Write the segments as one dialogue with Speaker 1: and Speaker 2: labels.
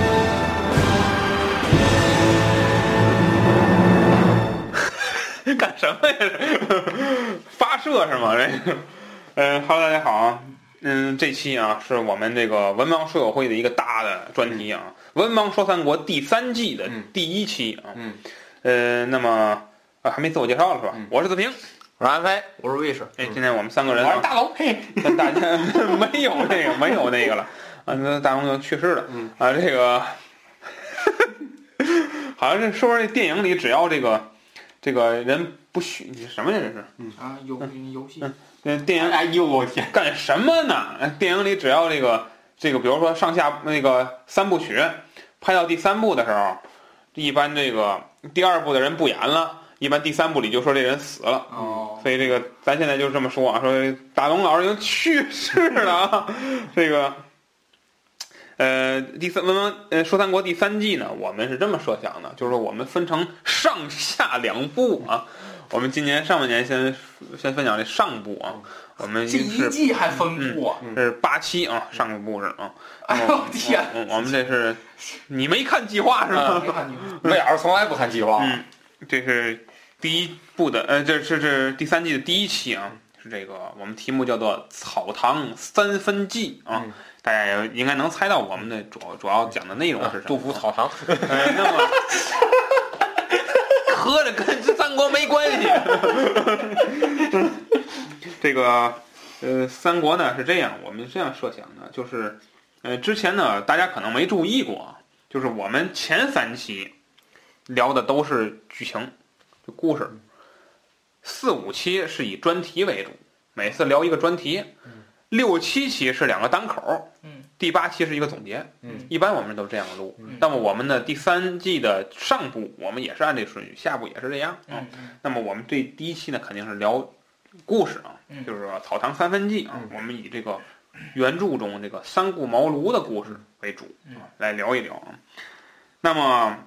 Speaker 1: 干什么呀？发射是吗？这个，嗯哈喽，大家好啊，嗯，这期啊是我们这个文盲书友会的一个大的专题啊，文盲说三国》第三季的第一期啊，
Speaker 2: 嗯，
Speaker 1: 呃，那么啊还没自我介绍了是吧？我是子平，
Speaker 2: 我是安飞，我是卫士，
Speaker 1: 哎，今天我们三个人
Speaker 2: 我是
Speaker 1: 啊，
Speaker 2: 嗯大龙。嘿，
Speaker 1: 跟大家没有那个没有 那个了，啊，那大龙就去世了，
Speaker 2: 嗯
Speaker 1: 啊，这个 好像是说这电影里只要这个这个人不许你什么呀这是？
Speaker 3: 啊，游游戏
Speaker 1: 嗯那电影
Speaker 2: 嗯哎呦我天！
Speaker 1: 干什么呢？电影里只要这个这个，比如说上下那个三部曲，拍到第三部的时候，一般这个第二部的人不演了，一般第三部里就说这人死了。
Speaker 3: 哦，
Speaker 1: 所以这个咱现在就这么说啊，说大龙老师已经去世了啊，这个。呃，第三文文呃说三国第三季呢，我们是这么设想的，就是说我们分成上下两部啊。我们今年上半年先先分享这上部啊，我们
Speaker 3: 这
Speaker 1: 是
Speaker 3: 一季还分部，
Speaker 1: 是八期啊，上个故事啊。嗯
Speaker 3: 哎呦天！
Speaker 1: 我我我们这是你没看计划是吧？
Speaker 3: 没看你们
Speaker 2: 魏老师从来不看计划
Speaker 1: 嗯，这是第一部的，呃，这这是第三季的第一期啊，是这个我们题目叫做《草堂三分记》啊，
Speaker 2: 嗯
Speaker 1: 大家也应该能猜到我们的主要主要讲的内容是什么。
Speaker 2: 啊杜甫草堂，
Speaker 1: 哎，那么
Speaker 2: 合着跟三国没关系。
Speaker 1: 这个呃，三国呢是这样，我们是这样设想的，就是呃，之前呢大家可能没注意过啊，就是我们前三期聊的都是剧情，就故事，四五期是以专题为主，每次聊一个专题，六七期是两个单口，
Speaker 3: 嗯，
Speaker 1: 第八期是一个总结，
Speaker 3: 嗯
Speaker 1: 一般我们都这样录。
Speaker 3: 嗯
Speaker 1: 那么我们的第三季的上部，我们也是按这顺序，下部也是这样，啊
Speaker 3: 嗯嗯
Speaker 1: 那么我们这第一期呢，肯定是聊故事啊，
Speaker 3: 嗯
Speaker 1: 就是说《草堂三分记》啊，
Speaker 2: 嗯
Speaker 1: 我们以这个原著中这个三顾茅庐的故事为主
Speaker 3: 嗯
Speaker 1: 啊，来聊一聊啊。那么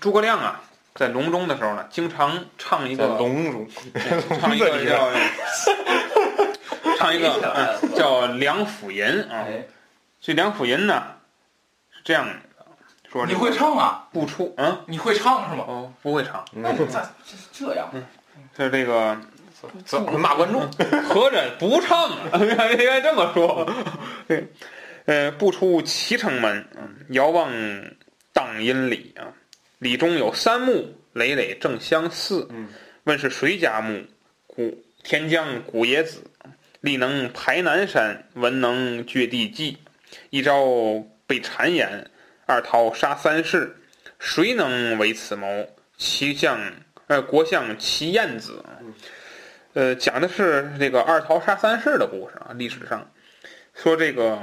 Speaker 1: 诸葛亮啊，在隆中的时候呢，经常唱一
Speaker 2: 在
Speaker 1: 个
Speaker 2: 隆中，
Speaker 1: 唱一个叫 唱一个
Speaker 2: 哎呀
Speaker 1: 嗯叫《梁甫吟》啊。
Speaker 3: 哎
Speaker 1: 这《梁甫吟》呢是这样的，说
Speaker 3: 你
Speaker 1: 这个
Speaker 3: 会唱啊？
Speaker 1: 不出嗯
Speaker 3: 你会唱是吗？
Speaker 1: 哦不会唱，
Speaker 3: 那你咋这这样？
Speaker 1: 是这个
Speaker 2: 怎么骂观众？
Speaker 1: 合着不唱啊， 应该这么说。 对，呃，步出齐城门，嗯遥望荡阴里啊，里中有三木，累累正相似。
Speaker 2: 嗯，
Speaker 1: 问是谁家木？古天将古冶子，力能排南山，文能掘地基。一朝被谗言，二逃杀三士。谁能为此谋？其相呃，国相齐晏子。呃，讲的是这个二桃杀三士的故事啊。历史上说这个，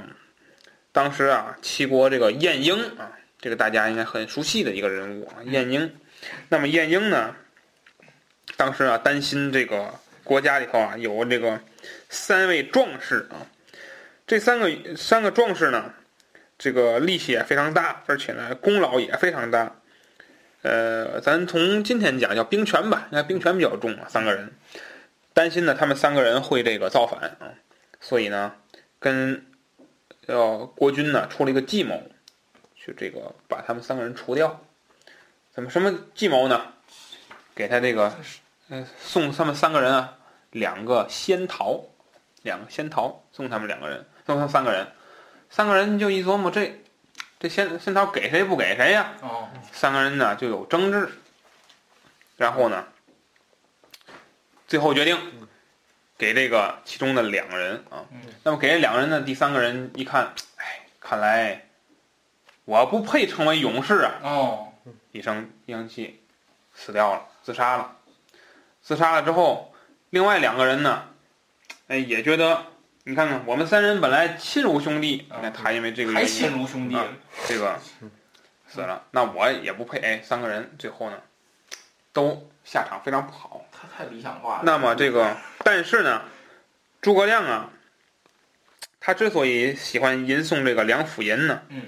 Speaker 1: 当时啊，齐国这个晏婴啊，这个大家应该很熟悉的一个人物啊，晏婴。那么晏婴呢，当时啊，担心这个国家里头啊有这个三位壮士啊，这三个三个壮士呢，这个力气也非常大，而且呢功劳也非常大。呃，咱从今天讲叫兵权吧，应该兵权比较重啊，三个人。担心呢他们三个人会这个造反啊，所以呢，跟呃国军呢出了一个计谋，去这个把他们三个人除掉。怎么什么计谋呢？给他这个呃送他们三个人啊，两个仙桃，两个仙桃送他们两个人，送他们三个人，三个人就一琢磨这这仙仙桃给谁不给谁呀、
Speaker 3: 哦，
Speaker 1: 三个人呢就有争执，然后呢，最后决定给这个其中的两个人啊
Speaker 3: 嗯，
Speaker 1: 那么给这两个人呢，第三个人一看，哎，看来我不配成为勇士啊，
Speaker 3: 哦，
Speaker 1: 一声阴阳气死掉了，自杀了。自杀了之后，另外两个人呢，哎，也觉得你看看我们三人本来亲如兄弟，
Speaker 3: 啊
Speaker 1: 那他因为这个
Speaker 3: 还
Speaker 1: 原
Speaker 3: 亲
Speaker 1: 因，
Speaker 3: 如兄弟，
Speaker 1: 啊这个死了，那我也不配。哎，三个人最后呢，都下场非常不好。
Speaker 3: 他太理想化了。
Speaker 1: 那么这个，但是呢，诸葛亮啊，他之所以喜欢吟诵这个《梁甫吟》呢，
Speaker 3: 嗯，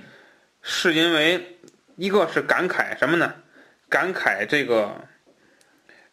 Speaker 1: 是因为一个是感慨什么呢？感慨这个，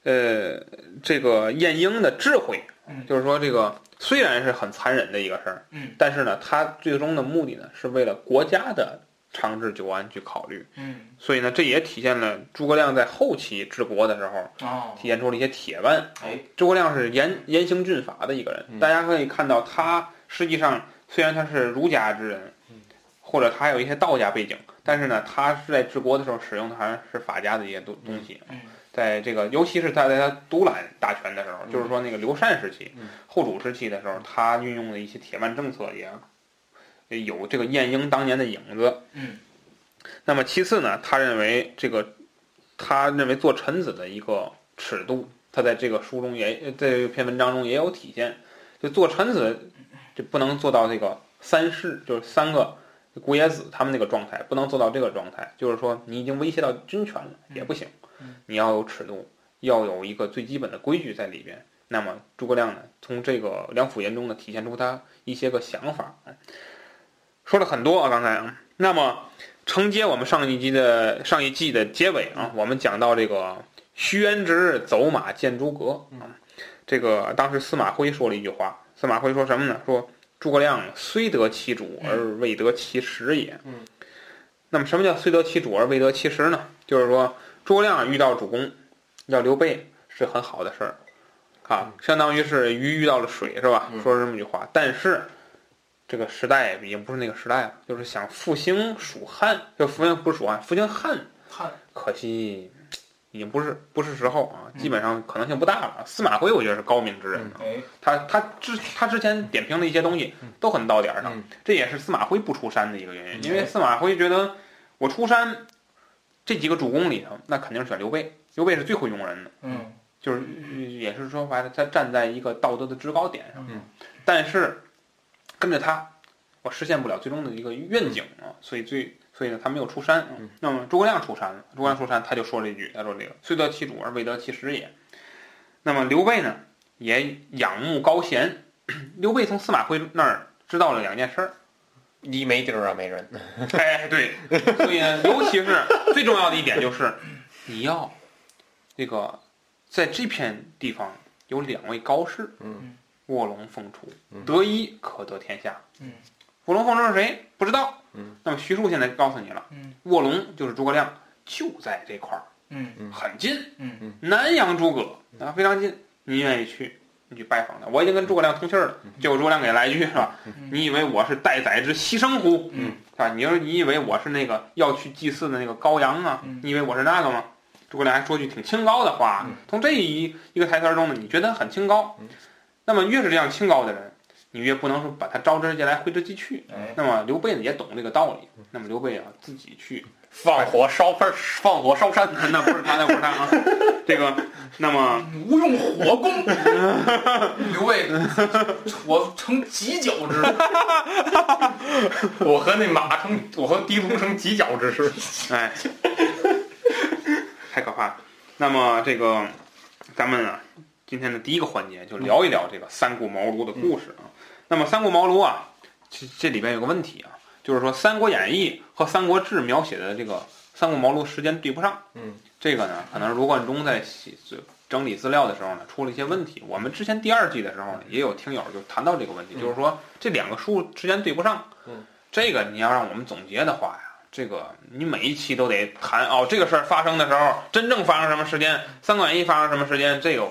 Speaker 1: 呃，这个晏婴的智慧
Speaker 3: 嗯，
Speaker 1: 就是说这个虽然是很残忍的一个事儿，
Speaker 3: 嗯
Speaker 1: 但是呢，他最终的目的呢，是为了国家的长治久安去考虑，
Speaker 3: 嗯
Speaker 1: 所以呢，这也体现了诸葛亮在后期治国的时候
Speaker 3: 哦，
Speaker 1: 体现出了一些铁腕。
Speaker 3: 哎，
Speaker 1: 诸葛亮是严严刑峻法的一个人，
Speaker 2: 嗯
Speaker 1: 大家可以看到他实际上虽然他是儒家之人，
Speaker 2: 嗯
Speaker 1: 或者他还有一些道家背景，但是呢，他是在治国的时候使用的还是法家的一些东东西。
Speaker 3: 嗯
Speaker 1: 在这个，尤其是他在他独揽大权的时候，
Speaker 2: 嗯
Speaker 1: 就是说那个刘禅时期
Speaker 2: 嗯、
Speaker 1: 后主时期的时候，他运用的一些铁腕政策也也有这个晏婴当年的影子。
Speaker 3: 嗯
Speaker 1: 那么其次呢，他认为这个，他认为做臣子的一个尺度，他在这个书中也呃在这篇文章中也有体现。就做臣子，就不能做到这个三世，就是三个古冶子他们那个状态，不能做到这个状态。就是说，你已经威胁到军权了，
Speaker 3: 嗯
Speaker 1: 也不行
Speaker 3: 嗯。
Speaker 1: 你要有尺度，要有一个最基本的规矩在里边。那么诸葛亮呢，从这个《梁甫吟》中呢，体现出他一些个想法。说了很多啊，刚才啊，那么。承接我们上一集的上一季的结尾啊，我们讲到这个虚渊之日，走马见诸葛啊。这个当时司马徽说了一句话，司马徽说什么呢？说诸葛亮虽得其主而未得其时也。
Speaker 2: 嗯。
Speaker 1: 那么什么叫虽得其主而未得其时呢？就是说诸葛亮遇到主公，遇到刘备是很好的事儿，啊，相当于是鱼遇到了水是吧？
Speaker 2: 嗯
Speaker 1: 说是这么一句话，但是。这个时代已经不是那个时代了，就是想复兴蜀汉，就复兴不是蜀汉，复兴汉
Speaker 3: 汉
Speaker 1: 可惜已经不是不是时候啊，基本上可能性不大了。司马徽我觉得是高明之人啊，
Speaker 3: 哎，
Speaker 1: 他他之他之前点评的一些东西都很到点儿上
Speaker 2: 嗯嗯，
Speaker 1: 这也是司马徽不出山的一个原因，
Speaker 2: 嗯
Speaker 1: 因为司马徽觉得我出山这几个主公里头，那肯定是选刘备，刘备是最会用人的，
Speaker 3: 嗯
Speaker 1: 就是呃也是说白了，他站在一个道德的制高点上，
Speaker 2: 嗯
Speaker 1: 但是跟着他，我实现不了最终的一个愿景啊，所以最所以呢，他没有出山啊。
Speaker 2: 嗯
Speaker 1: 那么诸葛亮出山了，诸葛亮出山，他就说了一句，他说这个虽得其主而未得其时也。那么刘备呢，也仰慕高贤， 刘备从司马徽那儿知道了两件事儿，
Speaker 2: 一没地儿啊，没人。
Speaker 1: 哎，对，所以呢，尤其是最重要的一点就是，你要这个在这片地方有两位高士，
Speaker 2: 嗯，
Speaker 1: 卧龙凤雏
Speaker 2: 嗯，
Speaker 1: 得一可得天下。
Speaker 3: 嗯
Speaker 1: 卧龙凤雏是谁？不知道。
Speaker 2: 嗯，
Speaker 1: 那么徐庶现在告诉你了，
Speaker 3: 嗯
Speaker 1: 卧龙就是诸葛亮，就在这块儿，
Speaker 3: 嗯
Speaker 2: 嗯
Speaker 1: 很近，
Speaker 3: 嗯
Speaker 1: 南阳诸葛啊，非常近。你愿意去，你去拜访他。我已经跟诸葛亮通气儿了，结果诸葛亮给来一句是吧？
Speaker 3: 嗯
Speaker 1: 你以为我是待宰之牺牲乎？
Speaker 3: 嗯
Speaker 1: 啊，你说你以为我是那个要去祭祀的那个羔羊啊？
Speaker 3: 嗯
Speaker 1: 你以为我是那个吗？诸葛亮还说句挺清高的话，
Speaker 3: 嗯
Speaker 1: 从这一一个台词儿中呢，你觉得很清高。
Speaker 2: 嗯
Speaker 1: 那么越是这样清高的人，你越不能说把他招之即来挥之即去。
Speaker 3: 哎，
Speaker 1: 那么刘备呢也懂这个道理，那么刘备啊自己去，
Speaker 2: 放火烧坟，放火烧山。
Speaker 1: 那不是他，那不是他啊，这个，那么
Speaker 3: 无用火攻，刘备，我成犄角之势，
Speaker 2: 我和那马成，我和狄龙成犄角之势。
Speaker 1: 哎， 太可怕了。那么这个，咱们啊，今天的第一个环节就聊一聊这个三顾茅庐的故事啊。那么三顾茅庐啊，这这里边有个问题啊，就是说《三国演义》和《三国志》描写的这个三顾茅庐时间对不上。
Speaker 2: 嗯，
Speaker 1: 这个呢，可能是罗贯中在写整理资料的时候呢，出了一些问题。我们之前第二季的时候呢，也有听友就谈到这个问题，
Speaker 2: 嗯
Speaker 1: 就是说这两个书之间对不上。
Speaker 2: 嗯，
Speaker 1: 这个你要让我们总结的话呀，这个你每一期都得谈哦，这个事儿发生的时候，真正发生什么时间，《三国演义》发生什么时间，这个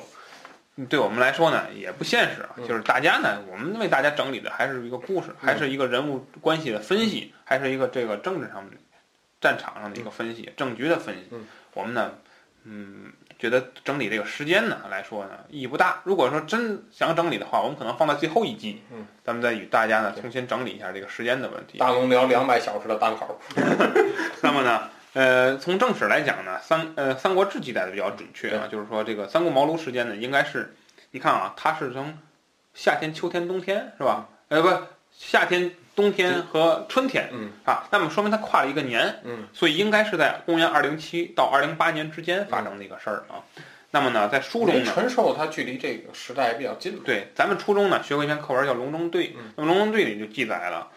Speaker 1: 对我们来说呢也不现实啊。
Speaker 2: 嗯
Speaker 1: 就是大家呢，我们为大家整理的还是一个故事，还是一个人物关系的分析，
Speaker 2: 嗯
Speaker 1: 还是一个这个政治上的战场上的一个分析，政局的分析。
Speaker 2: 嗯
Speaker 1: 我们呢，嗯，觉得整理这个时间呢来说呢意义不大。如果说真想整理的话，我们可能放在最后一集，
Speaker 2: 嗯，
Speaker 1: 咱们再与大家呢重新整理一下这个时间的问题。
Speaker 2: 大龙聊两百小时的单口。
Speaker 1: 那么呢，呃，从正史来讲呢，三呃《三国志》记载的比较准确啊，就是说这个三顾茅庐时间呢，应该是你看啊，它是从夏天、秋天、冬天是吧？呃，不，夏天、冬天和春天，
Speaker 3: 嗯
Speaker 1: 啊，那么说明它跨了一个年，
Speaker 3: 嗯，
Speaker 1: 所以应该是在公元二零七到二零八年之间发生的一个事儿啊。那么呢，在书中
Speaker 3: 龙
Speaker 1: 呢，
Speaker 3: 纯寿它距离这个时代比较近嘛，
Speaker 1: 对，咱们初中呢学过一篇课文叫《隆中对》
Speaker 3: 嗯，
Speaker 1: 那么《隆中对》里就记载了，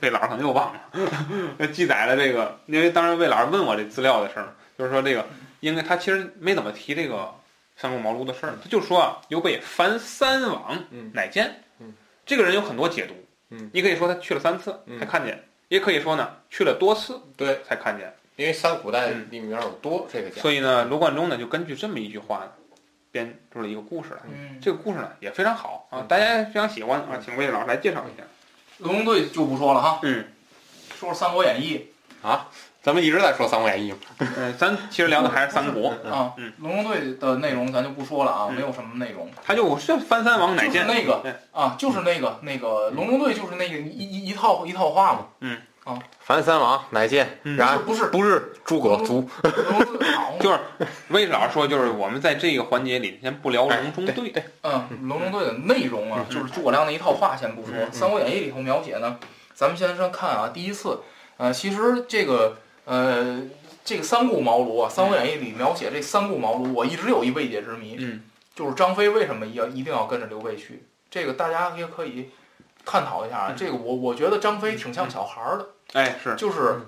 Speaker 1: 魏老师可能又忘了， 记载了这个，因为当时魏老师问我这资料的事儿，就是说这个应该他其实没怎么提这个三顾茅庐的事儿，他就说啊，刘备凡三往
Speaker 3: 嗯
Speaker 1: 乃见，
Speaker 3: 嗯
Speaker 1: 这个人有很多解读，
Speaker 3: 嗯
Speaker 1: 你可以说他去了三次
Speaker 3: 嗯
Speaker 1: 才看见，也可以说呢去了多次
Speaker 3: 对，
Speaker 1: 才看见。
Speaker 3: 因为三古代
Speaker 1: 嗯
Speaker 3: 里面有多这个讲，
Speaker 1: 所以呢，罗贯中呢就根据这么一句话呢，编出了一个故事来。
Speaker 3: 嗯
Speaker 1: 这个故事呢也非常好啊，
Speaker 3: 嗯
Speaker 1: 大家也非常喜欢啊，请魏老师来介绍一下。
Speaker 3: 龙中队就不说了哈，
Speaker 1: 嗯，
Speaker 3: 说说《三国演义
Speaker 2: 啊咱们一直在说《三国演义》嘛，
Speaker 1: 嗯，咱其实聊的还是三国，》
Speaker 3: 啊
Speaker 1: 嗯，
Speaker 3: 龙中队的内容咱就不说了啊，
Speaker 1: 嗯
Speaker 3: 没有什么内容。
Speaker 1: 他就是翻三王乃
Speaker 3: 就是
Speaker 1: 见。
Speaker 3: 那个
Speaker 1: 哎
Speaker 3: 啊，就是那个那个龙中队，就是那个一一一套一套话嘛。啊
Speaker 2: 凡三王乃见，
Speaker 1: 嗯
Speaker 2: 然
Speaker 3: 不是
Speaker 2: 不是诸葛 足，
Speaker 3: 龙中队好嘛
Speaker 1: 就是魏老师说，就是我们在这个环节里先不聊隆中哎对，对，
Speaker 3: 嗯，龙中队的内容
Speaker 1: 嗯
Speaker 3: 啊，就是诸葛亮那一套话先不说，三国演义》里头描写呢，咱们先说看啊，第一次，呃，其实这个呃这个三顾茅庐啊，《三国演义》里描写这三顾茅庐，我一直有一未解之谜，
Speaker 1: 嗯，
Speaker 3: 就是张飞为什么要一定要跟着刘备去？这个大家也可以探讨一下啊。
Speaker 1: 嗯
Speaker 3: 这个我我觉得张飞挺像小孩儿的，
Speaker 1: 哎是，
Speaker 3: 就是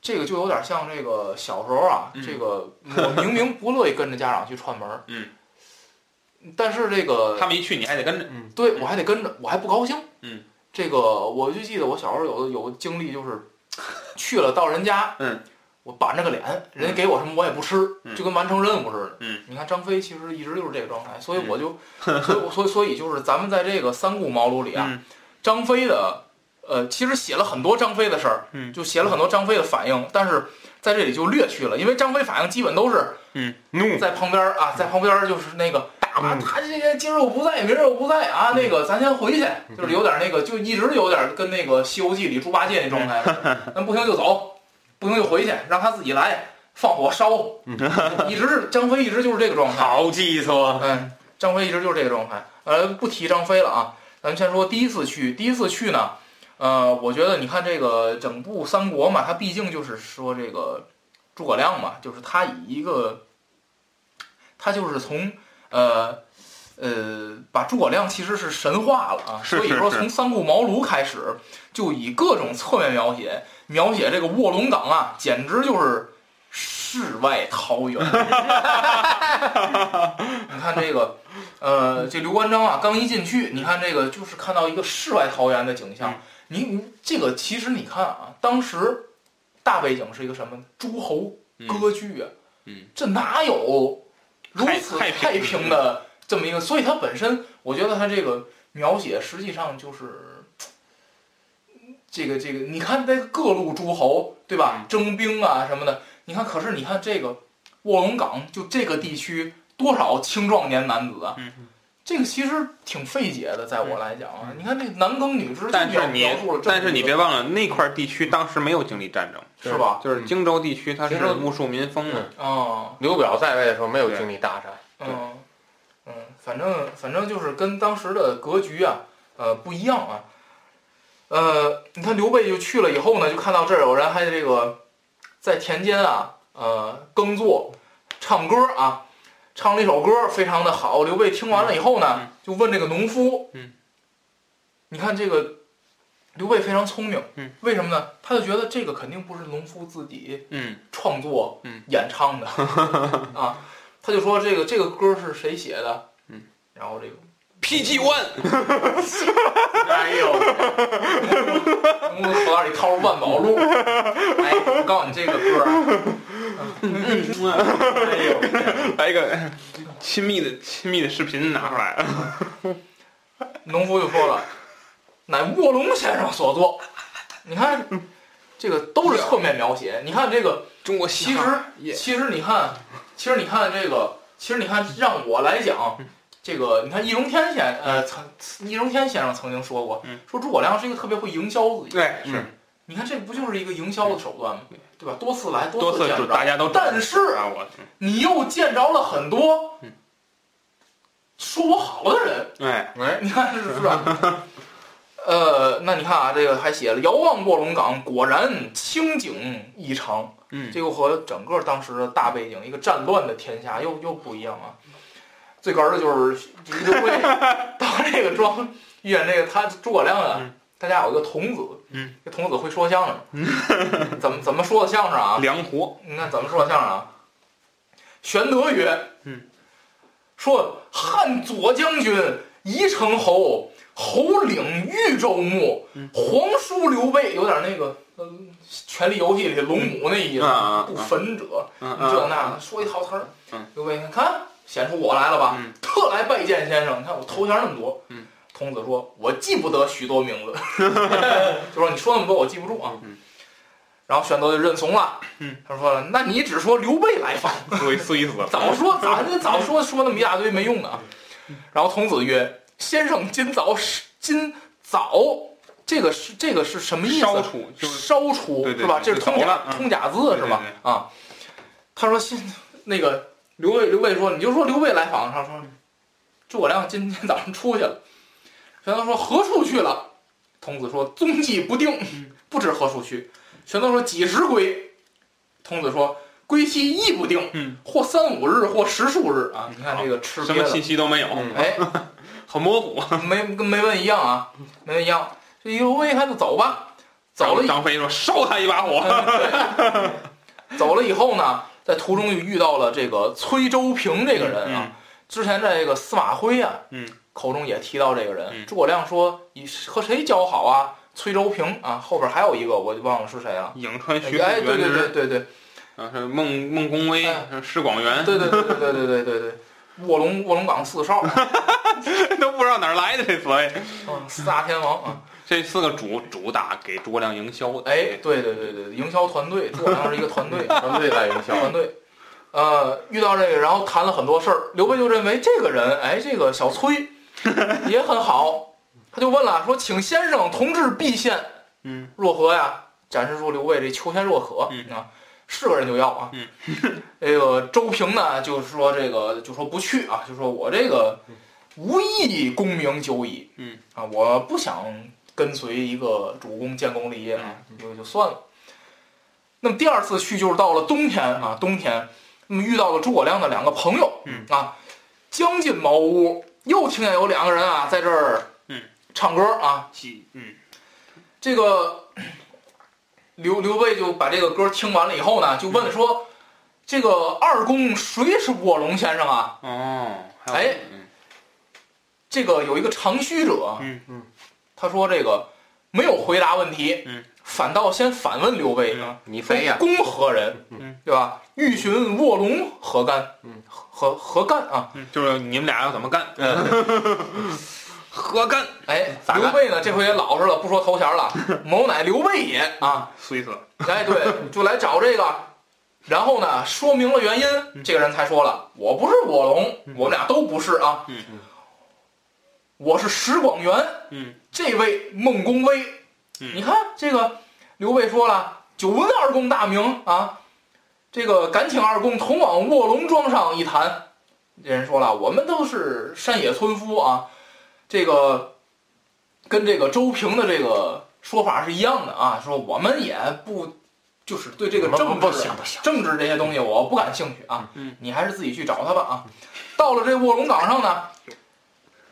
Speaker 3: 这个就有点像这个小时候啊，
Speaker 1: 嗯
Speaker 3: 这个我明明不乐意跟着家长去串门，
Speaker 1: 嗯，
Speaker 3: 但是这个
Speaker 1: 他们一去你还得跟着，
Speaker 3: 对我还得跟着，我还不高兴，
Speaker 1: 嗯，
Speaker 3: 这个我就记得我小时候有的有的经历 就是去了到人家，
Speaker 1: 嗯。
Speaker 3: 我板着个脸，人家给我什么我也不吃，
Speaker 1: 嗯
Speaker 3: 就跟完成任务似的。
Speaker 1: 嗯，
Speaker 3: 你看张飞其实一直就是这个状态，所以我就，所以我所以所以就是咱们在这个三顾茅庐里啊，
Speaker 1: 嗯
Speaker 3: 张飞的，呃，其实写了很多张飞的事儿，
Speaker 1: 嗯
Speaker 3: 就写了很多张飞的反应，但是在这里就略去了，因为张飞反应基本都是
Speaker 2: 嗯怒
Speaker 3: 在旁边儿啊，在旁边儿就是那个
Speaker 2: 大
Speaker 3: 啊，
Speaker 2: 怒，嗯
Speaker 3: 他这个今儿我不在，明儿我不在啊，那个咱先回去，就是有点那个，就一直有点跟那个《西游记》里猪八戒那状态，
Speaker 2: 嗯
Speaker 3: 那不行就走，不行就回去，让他自己来放火烧，
Speaker 2: 嗯
Speaker 3: 一直是张飞一直就是这个状 态。
Speaker 2: 好计策，
Speaker 3: 嗯，张飞一直就是这个状态。呃，不提张飞了啊，咱们先说第一次去。第一次去呢，呃，我觉得你看这个整部三国嘛，它毕竟就是说这个诸葛亮嘛，就是他以一个，他就是从呃呃把诸葛亮其实是神化了啊，
Speaker 1: 是
Speaker 3: 所以
Speaker 1: 是
Speaker 3: 说
Speaker 1: 是
Speaker 3: 从三顾茅庐开始，就以各种侧面描写描写这个卧龙岗啊，简直就是世外桃 源。你看这个，呃，这刘关张啊，刚一进去，你看这个就是看到一个世外桃源的景象
Speaker 1: 嗯。
Speaker 3: 你你这个其实你看啊，当时大背景是一个什么？诸侯割据啊，
Speaker 1: 嗯，
Speaker 3: 这哪有如
Speaker 1: 太
Speaker 3: 此
Speaker 1: 太平
Speaker 3: 太平的这么一个？所以它本身，我觉得它这个描写实际上就是。这个这个，你看这个各路诸侯，对
Speaker 1: 嗯
Speaker 3: 吧？征兵啊什么的，你看，可是你看这个卧龙岗，就这个地区多少青壮年男子啊？
Speaker 1: 嗯嗯
Speaker 3: 这个其实挺费解的，在我来讲啊，你看这男耕女织，
Speaker 1: 但是
Speaker 3: 就
Speaker 1: 你
Speaker 3: 描述了这么一
Speaker 1: 但
Speaker 3: 个
Speaker 1: 是你别忘了那块地区当时没有经历战争，
Speaker 3: 是吧？
Speaker 1: 就是嗯荆州地区它是
Speaker 2: 荆州
Speaker 1: 木树民风嘛，
Speaker 3: 啊，
Speaker 2: 刘表在位的时候没有经历大战，
Speaker 3: 嗯嗯，反正反正就是跟当时的格局啊，呃，不一样啊。呃，你看刘备就去了以后呢，就看到这儿有人还这个在田间啊，呃，耕作、唱歌啊，唱了一首歌，非常的好。刘备听完了以后呢，
Speaker 1: 嗯
Speaker 3: 就问这个农夫，
Speaker 1: 嗯，
Speaker 3: 你看这个刘备非常聪明，
Speaker 1: 嗯，
Speaker 3: 为什么呢？他就觉得这个肯定不是农夫自己
Speaker 1: 嗯
Speaker 3: 创作、
Speaker 1: 嗯
Speaker 3: 演唱 的啊，他就说这个这个歌是谁写的？
Speaker 1: 嗯，
Speaker 3: 然后这个
Speaker 2: PG One，
Speaker 3: 哎呦，从口袋里掏出万宝路，哎，我告诉你这个歌啊，哎呦，
Speaker 1: 来一个亲密的亲密的视频拿出来，
Speaker 3: 农夫就说了，乃卧龙先生所作。你看，这个都是侧面描写。你看这个，
Speaker 1: 中国
Speaker 3: 其
Speaker 1: 西方
Speaker 3: 实
Speaker 1: 也
Speaker 3: 其实你看，其实你看这个，其实你看让我来讲，这个你看易中天先呃曾易中天先生曾经说过
Speaker 1: 嗯，
Speaker 3: 说诸葛亮是一个特别会营销自己。
Speaker 1: 对哎是
Speaker 2: 嗯
Speaker 3: 你看这不就是一个营销的手段吗？对吧？多次来，
Speaker 1: 多
Speaker 3: 次
Speaker 1: 次
Speaker 3: 见
Speaker 1: 就
Speaker 3: 着啊
Speaker 1: 大，家都
Speaker 3: 但是
Speaker 1: 啊我
Speaker 3: 你又见着了很多
Speaker 1: 嗯
Speaker 3: 说我好的人，
Speaker 1: 哎，
Speaker 4: 哎，
Speaker 3: 你看是不是啊？ 呃，那你看啊，这个还写了遥望卧龙岗，果然清景异常。
Speaker 1: 嗯
Speaker 3: 这又和整个当时的大背景，一个战乱的天下又又不一样啊。最哏儿的就是李 德贵当这个庄遇见这个他诸葛亮啊，他家有一个童子，
Speaker 1: 嗯，
Speaker 3: 这童子会说相声， 怎么怎么说的相声啊？
Speaker 1: 梁活，
Speaker 3: 你看怎么说相声啊？玄德曰：“
Speaker 1: 嗯，
Speaker 3: 说汉左将军宜城侯，侯领豫州牧，
Speaker 1: 嗯
Speaker 3: 皇叔刘备，有点那个，嗯，《权力游戏》里龙母那意思，
Speaker 1: 嗯啊啊啊
Speaker 3: 不焚者，
Speaker 1: 嗯
Speaker 3: 这
Speaker 1: 嗯
Speaker 3: 那的，说一套词儿。
Speaker 1: 嗯
Speaker 3: 刘备，你看，显出我来了吧？
Speaker 1: 嗯
Speaker 3: 特来拜见先生，你看我头衔那么多。
Speaker 1: 嗯
Speaker 3: 童子说：“我记不得许多名字， 就说你说那么多，我记不住啊。
Speaker 1: 嗯
Speaker 3: 然后玄德就认怂了，
Speaker 1: 嗯
Speaker 3: 他说了：“那你只说刘备来访，
Speaker 1: 嗯，所以碎死了。
Speaker 3: 早说咱就早说说那么一大堆没用的啊。”
Speaker 1: 嗯
Speaker 3: 然后童子曰：“先生今早是今早，这个是这个是什么意思？啊
Speaker 1: 烧出就是
Speaker 3: 烧除
Speaker 1: 对对
Speaker 3: 是吧？
Speaker 1: 对
Speaker 3: 这是
Speaker 1: 就
Speaker 3: 通
Speaker 1: 走
Speaker 3: 假
Speaker 1: 了嗯
Speaker 3: 通假字是吧
Speaker 1: 对对？
Speaker 3: 啊，他说现那个刘备刘备说你就说刘备来访，他说诸葛亮今天早上出去了，玄德说何处去了？童子说踪迹不定，
Speaker 1: 嗯
Speaker 3: 不知何处去。玄德说几时归？童子说归期亦不定，
Speaker 1: 嗯
Speaker 3: 或三五日，或十数日啊。你看这个吃
Speaker 1: 什
Speaker 3: 瘪
Speaker 1: 么
Speaker 3: 了
Speaker 1: 信，息都没有，
Speaker 3: 哎，
Speaker 1: 很模糊。
Speaker 3: 没跟没问一样啊，没问一样。这刘备还得走吧，走了以
Speaker 1: 张飞说烧他一把火。
Speaker 3: 走了以后呢，在途中就遇到了这个崔州平这个人啊。
Speaker 1: 嗯
Speaker 3: 之前在这个司马徽啊，
Speaker 1: 嗯，
Speaker 3: 口中也提到这个人。
Speaker 1: 嗯
Speaker 3: 诸葛亮说：“你和谁交好啊？”崔州平啊，后边还有一个我就忘了是谁了。
Speaker 1: 颍川
Speaker 3: 哎，
Speaker 1: 学
Speaker 3: 对
Speaker 1: 府
Speaker 3: 对
Speaker 1: 元
Speaker 3: 对对
Speaker 1: 直，
Speaker 3: 对对
Speaker 1: 啊，是孟孟公威
Speaker 3: 哎，
Speaker 1: 是施广元，
Speaker 3: 对对对对对对对对对，卧龙卧龙岗四少，
Speaker 1: 都不知道哪儿来的这词儿。
Speaker 3: 嗯四大天王啊。
Speaker 1: 这四个主主打给诸葛亮营销的，
Speaker 3: 哎，，对对对对，营销团队，诸葛亮是一个团队，
Speaker 4: 团队来营销，
Speaker 3: 团队。呃，遇到这个，然后谈了很多事儿，刘备就认为这个人，哎，这个小 崔也很好，他就问了，说请先生同志避县
Speaker 1: 嗯
Speaker 3: 若何呀？展示出刘备这求贤若渴、
Speaker 1: 嗯
Speaker 3: 啊，是个人就要啊。
Speaker 1: 嗯
Speaker 3: 这个周平呢，就是说这个就说不去啊，就说我这个无意功名久矣，
Speaker 1: 嗯
Speaker 3: 啊，我不想跟随一个主公建功立业啊，
Speaker 1: 嗯
Speaker 3: 就就算了。那么第二次去就是到了冬天啊，冬天，那么遇到了诸葛亮的两个朋友，
Speaker 1: 嗯
Speaker 3: 啊，将近茅屋，又听见有两个人啊在这儿，
Speaker 1: 嗯，
Speaker 3: 唱歌啊，
Speaker 1: 几嗯
Speaker 3: 这个 刘刘备就把这个歌听完了以后呢，就
Speaker 1: 嗯
Speaker 3: 问说：“这个二公谁是卧龙先生啊
Speaker 1: 哦，还有
Speaker 3: 哎
Speaker 1: 嗯？”
Speaker 3: 这个有一个长须者，
Speaker 1: 嗯
Speaker 4: 嗯，
Speaker 3: 他说这个没有回答问题，
Speaker 1: 嗯，
Speaker 3: 反倒先反问刘备
Speaker 1: 嗯
Speaker 4: 你
Speaker 3: 说
Speaker 4: 谁呀？
Speaker 3: 公何人？
Speaker 1: 嗯，
Speaker 3: 对吧？欲寻卧龙何干？
Speaker 4: 嗯，
Speaker 3: 何何干啊？
Speaker 1: 嗯就是你们俩要怎么干？
Speaker 4: 嗯，
Speaker 1: 何干？
Speaker 3: 哎，
Speaker 4: 咋干
Speaker 3: 刘备呢？这回也老实了，不说头衔了，某乃刘备也啊。
Speaker 1: 碎死了。
Speaker 3: 哎，对，就来找这个，然后呢，说明了原因，
Speaker 1: 嗯
Speaker 3: 这个人才说了，我不是卧龙，我们俩都不是啊，
Speaker 1: 嗯
Speaker 3: 我是石广元，
Speaker 1: 嗯
Speaker 3: 这位孟公威，
Speaker 1: 嗯
Speaker 3: 你看这个刘备说了，久闻二公大名啊，这个敢请二公同往卧龙庄上一谈。这人说了，我们都是山野村夫啊，这个跟这个周平的这个说法是一样的啊，说我们也不就是对这个
Speaker 4: 不
Speaker 3: 政治
Speaker 4: 不
Speaker 3: 啊
Speaker 4: 行不行，
Speaker 3: 政治这些东西我不感兴趣啊，
Speaker 1: 嗯
Speaker 3: 你还是自己去找他吧啊。到了这卧龙岗上呢，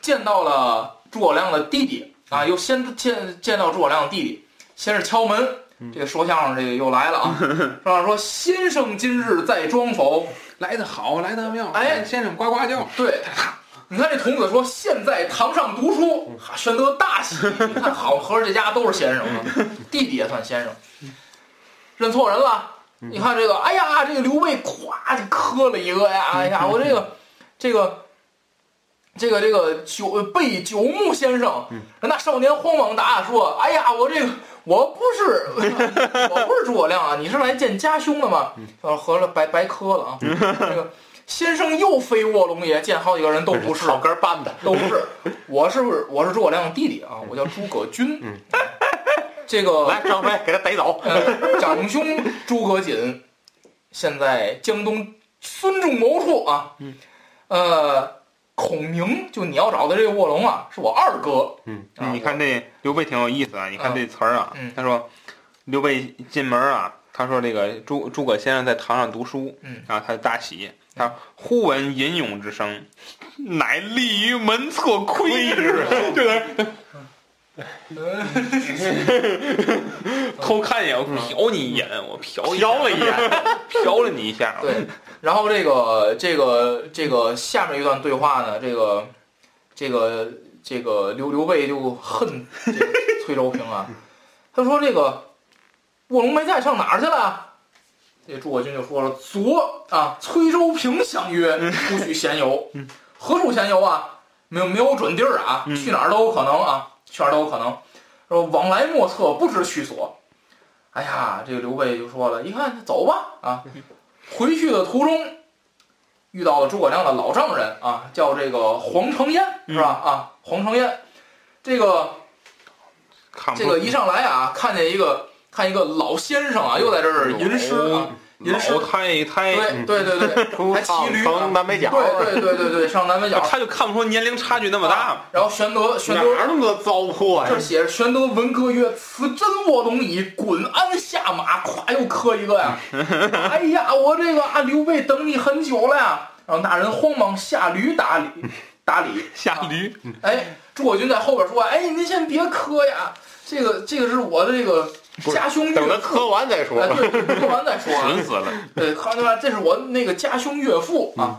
Speaker 3: 见到了诸葛亮的弟弟啊，又先见见到诸葛亮的弟弟，先是敲门，
Speaker 4: 嗯
Speaker 3: 这个说相声这个又来了 啊，说说先生今日在庄否？
Speaker 1: 来的好，来的妙，
Speaker 3: 哎
Speaker 1: 先生呱呱叫，
Speaker 3: 对，你看这童子说现在堂上读书，哈玄德大喜。你看好，合着这家都是先生啊，弟弟也算先生，认错人了。你看这个，哎呀，这个刘备咵就磕了一个呀，哎呀，我这个这个。这个这个九被九牧先生，
Speaker 4: 嗯
Speaker 3: 那少年慌忙答说：“哎呀，我这个我不是 我不是诸葛亮啊，你是来见家兄的吗？”
Speaker 4: 嗯
Speaker 3: 呃，合着白白磕了啊。这个先生又非卧龙爷，见好几个人都不是，
Speaker 4: 草根办的，
Speaker 3: 都不是，我是我是诸葛亮的弟弟啊，我叫诸葛均。
Speaker 4: 嗯
Speaker 3: 这个
Speaker 4: 来张
Speaker 1: 哎
Speaker 4: 飞给他逮走，
Speaker 3: 呃，长兄诸葛瑾，现在江东孙仲谋处啊，呃，孔明就你要找的这个卧龙啊，是我二哥。
Speaker 4: 嗯
Speaker 3: 啊，
Speaker 1: 你看这刘备挺有意思啊！你看这词儿啊，
Speaker 3: 嗯
Speaker 1: 他说刘备进门啊，他说这个诸诸葛先生在堂上读书，
Speaker 3: 嗯
Speaker 1: 啊，他大喜，他说忽闻吟咏之声，乃立于门侧窥之， 就在那
Speaker 3: 嗯
Speaker 1: 儿 偷看一眼，我瞟你一眼，我瞟一眼
Speaker 4: 瞟了一 眼，
Speaker 1: 瞟了你一下，
Speaker 3: 对，然后这个这个这个下面一段对话呢，这个这个这个刘刘备就恨这个崔州平啊，他说这个卧龙没在，上哪儿去了？啊这诸葛军就说了：“昨啊，崔州平相约，不许闲游。何处闲游啊？没有没有准地儿啊，去哪儿都有可能啊，去哪儿都有可能。说往来莫测，不知去所。哎呀，这个刘备就说了，一看走吧啊，回去的途中遇到了诸葛亮的老丈人啊，叫这个黄承彦是吧？
Speaker 4: 嗯
Speaker 3: 啊，黄承彦，这个
Speaker 1: 看不
Speaker 3: 这个一上来啊，看见一个看一个老先生啊，又在这
Speaker 4: 哎
Speaker 3: 儿吟诗啊，吟诗
Speaker 1: 老，太太，嗯
Speaker 3: 对对对对，
Speaker 4: 嗯出
Speaker 3: 还骑
Speaker 4: 趟
Speaker 3: 驴啊
Speaker 4: 城南北角，
Speaker 3: 对对对对对，上南北角
Speaker 1: 他就看不出年龄差距那么大嘛。
Speaker 3: 然后玄德玄
Speaker 4: 哪
Speaker 3: 德
Speaker 4: 儿那么多糟粕
Speaker 3: 这
Speaker 4: 呀？
Speaker 3: 写着玄德闻歌曰：“此真卧龙椅，滚鞍下马。”咵又磕一个 呀！哎呀，我这个啊，刘备等你很久了呀！然后那人慌忙下驴打理，打理。
Speaker 1: 下驴，
Speaker 3: 哎，诸葛军在后边说：“哎，您先别磕呀，这个这个是我的这个家兄岳
Speaker 4: 等他
Speaker 3: 父。
Speaker 4: 磕完再”
Speaker 3: 哎，
Speaker 4: 说。
Speaker 3: 对，磕完再说啊。
Speaker 1: 损死了。嗯
Speaker 3: 对，看对吧？这是我那个家兄岳父啊。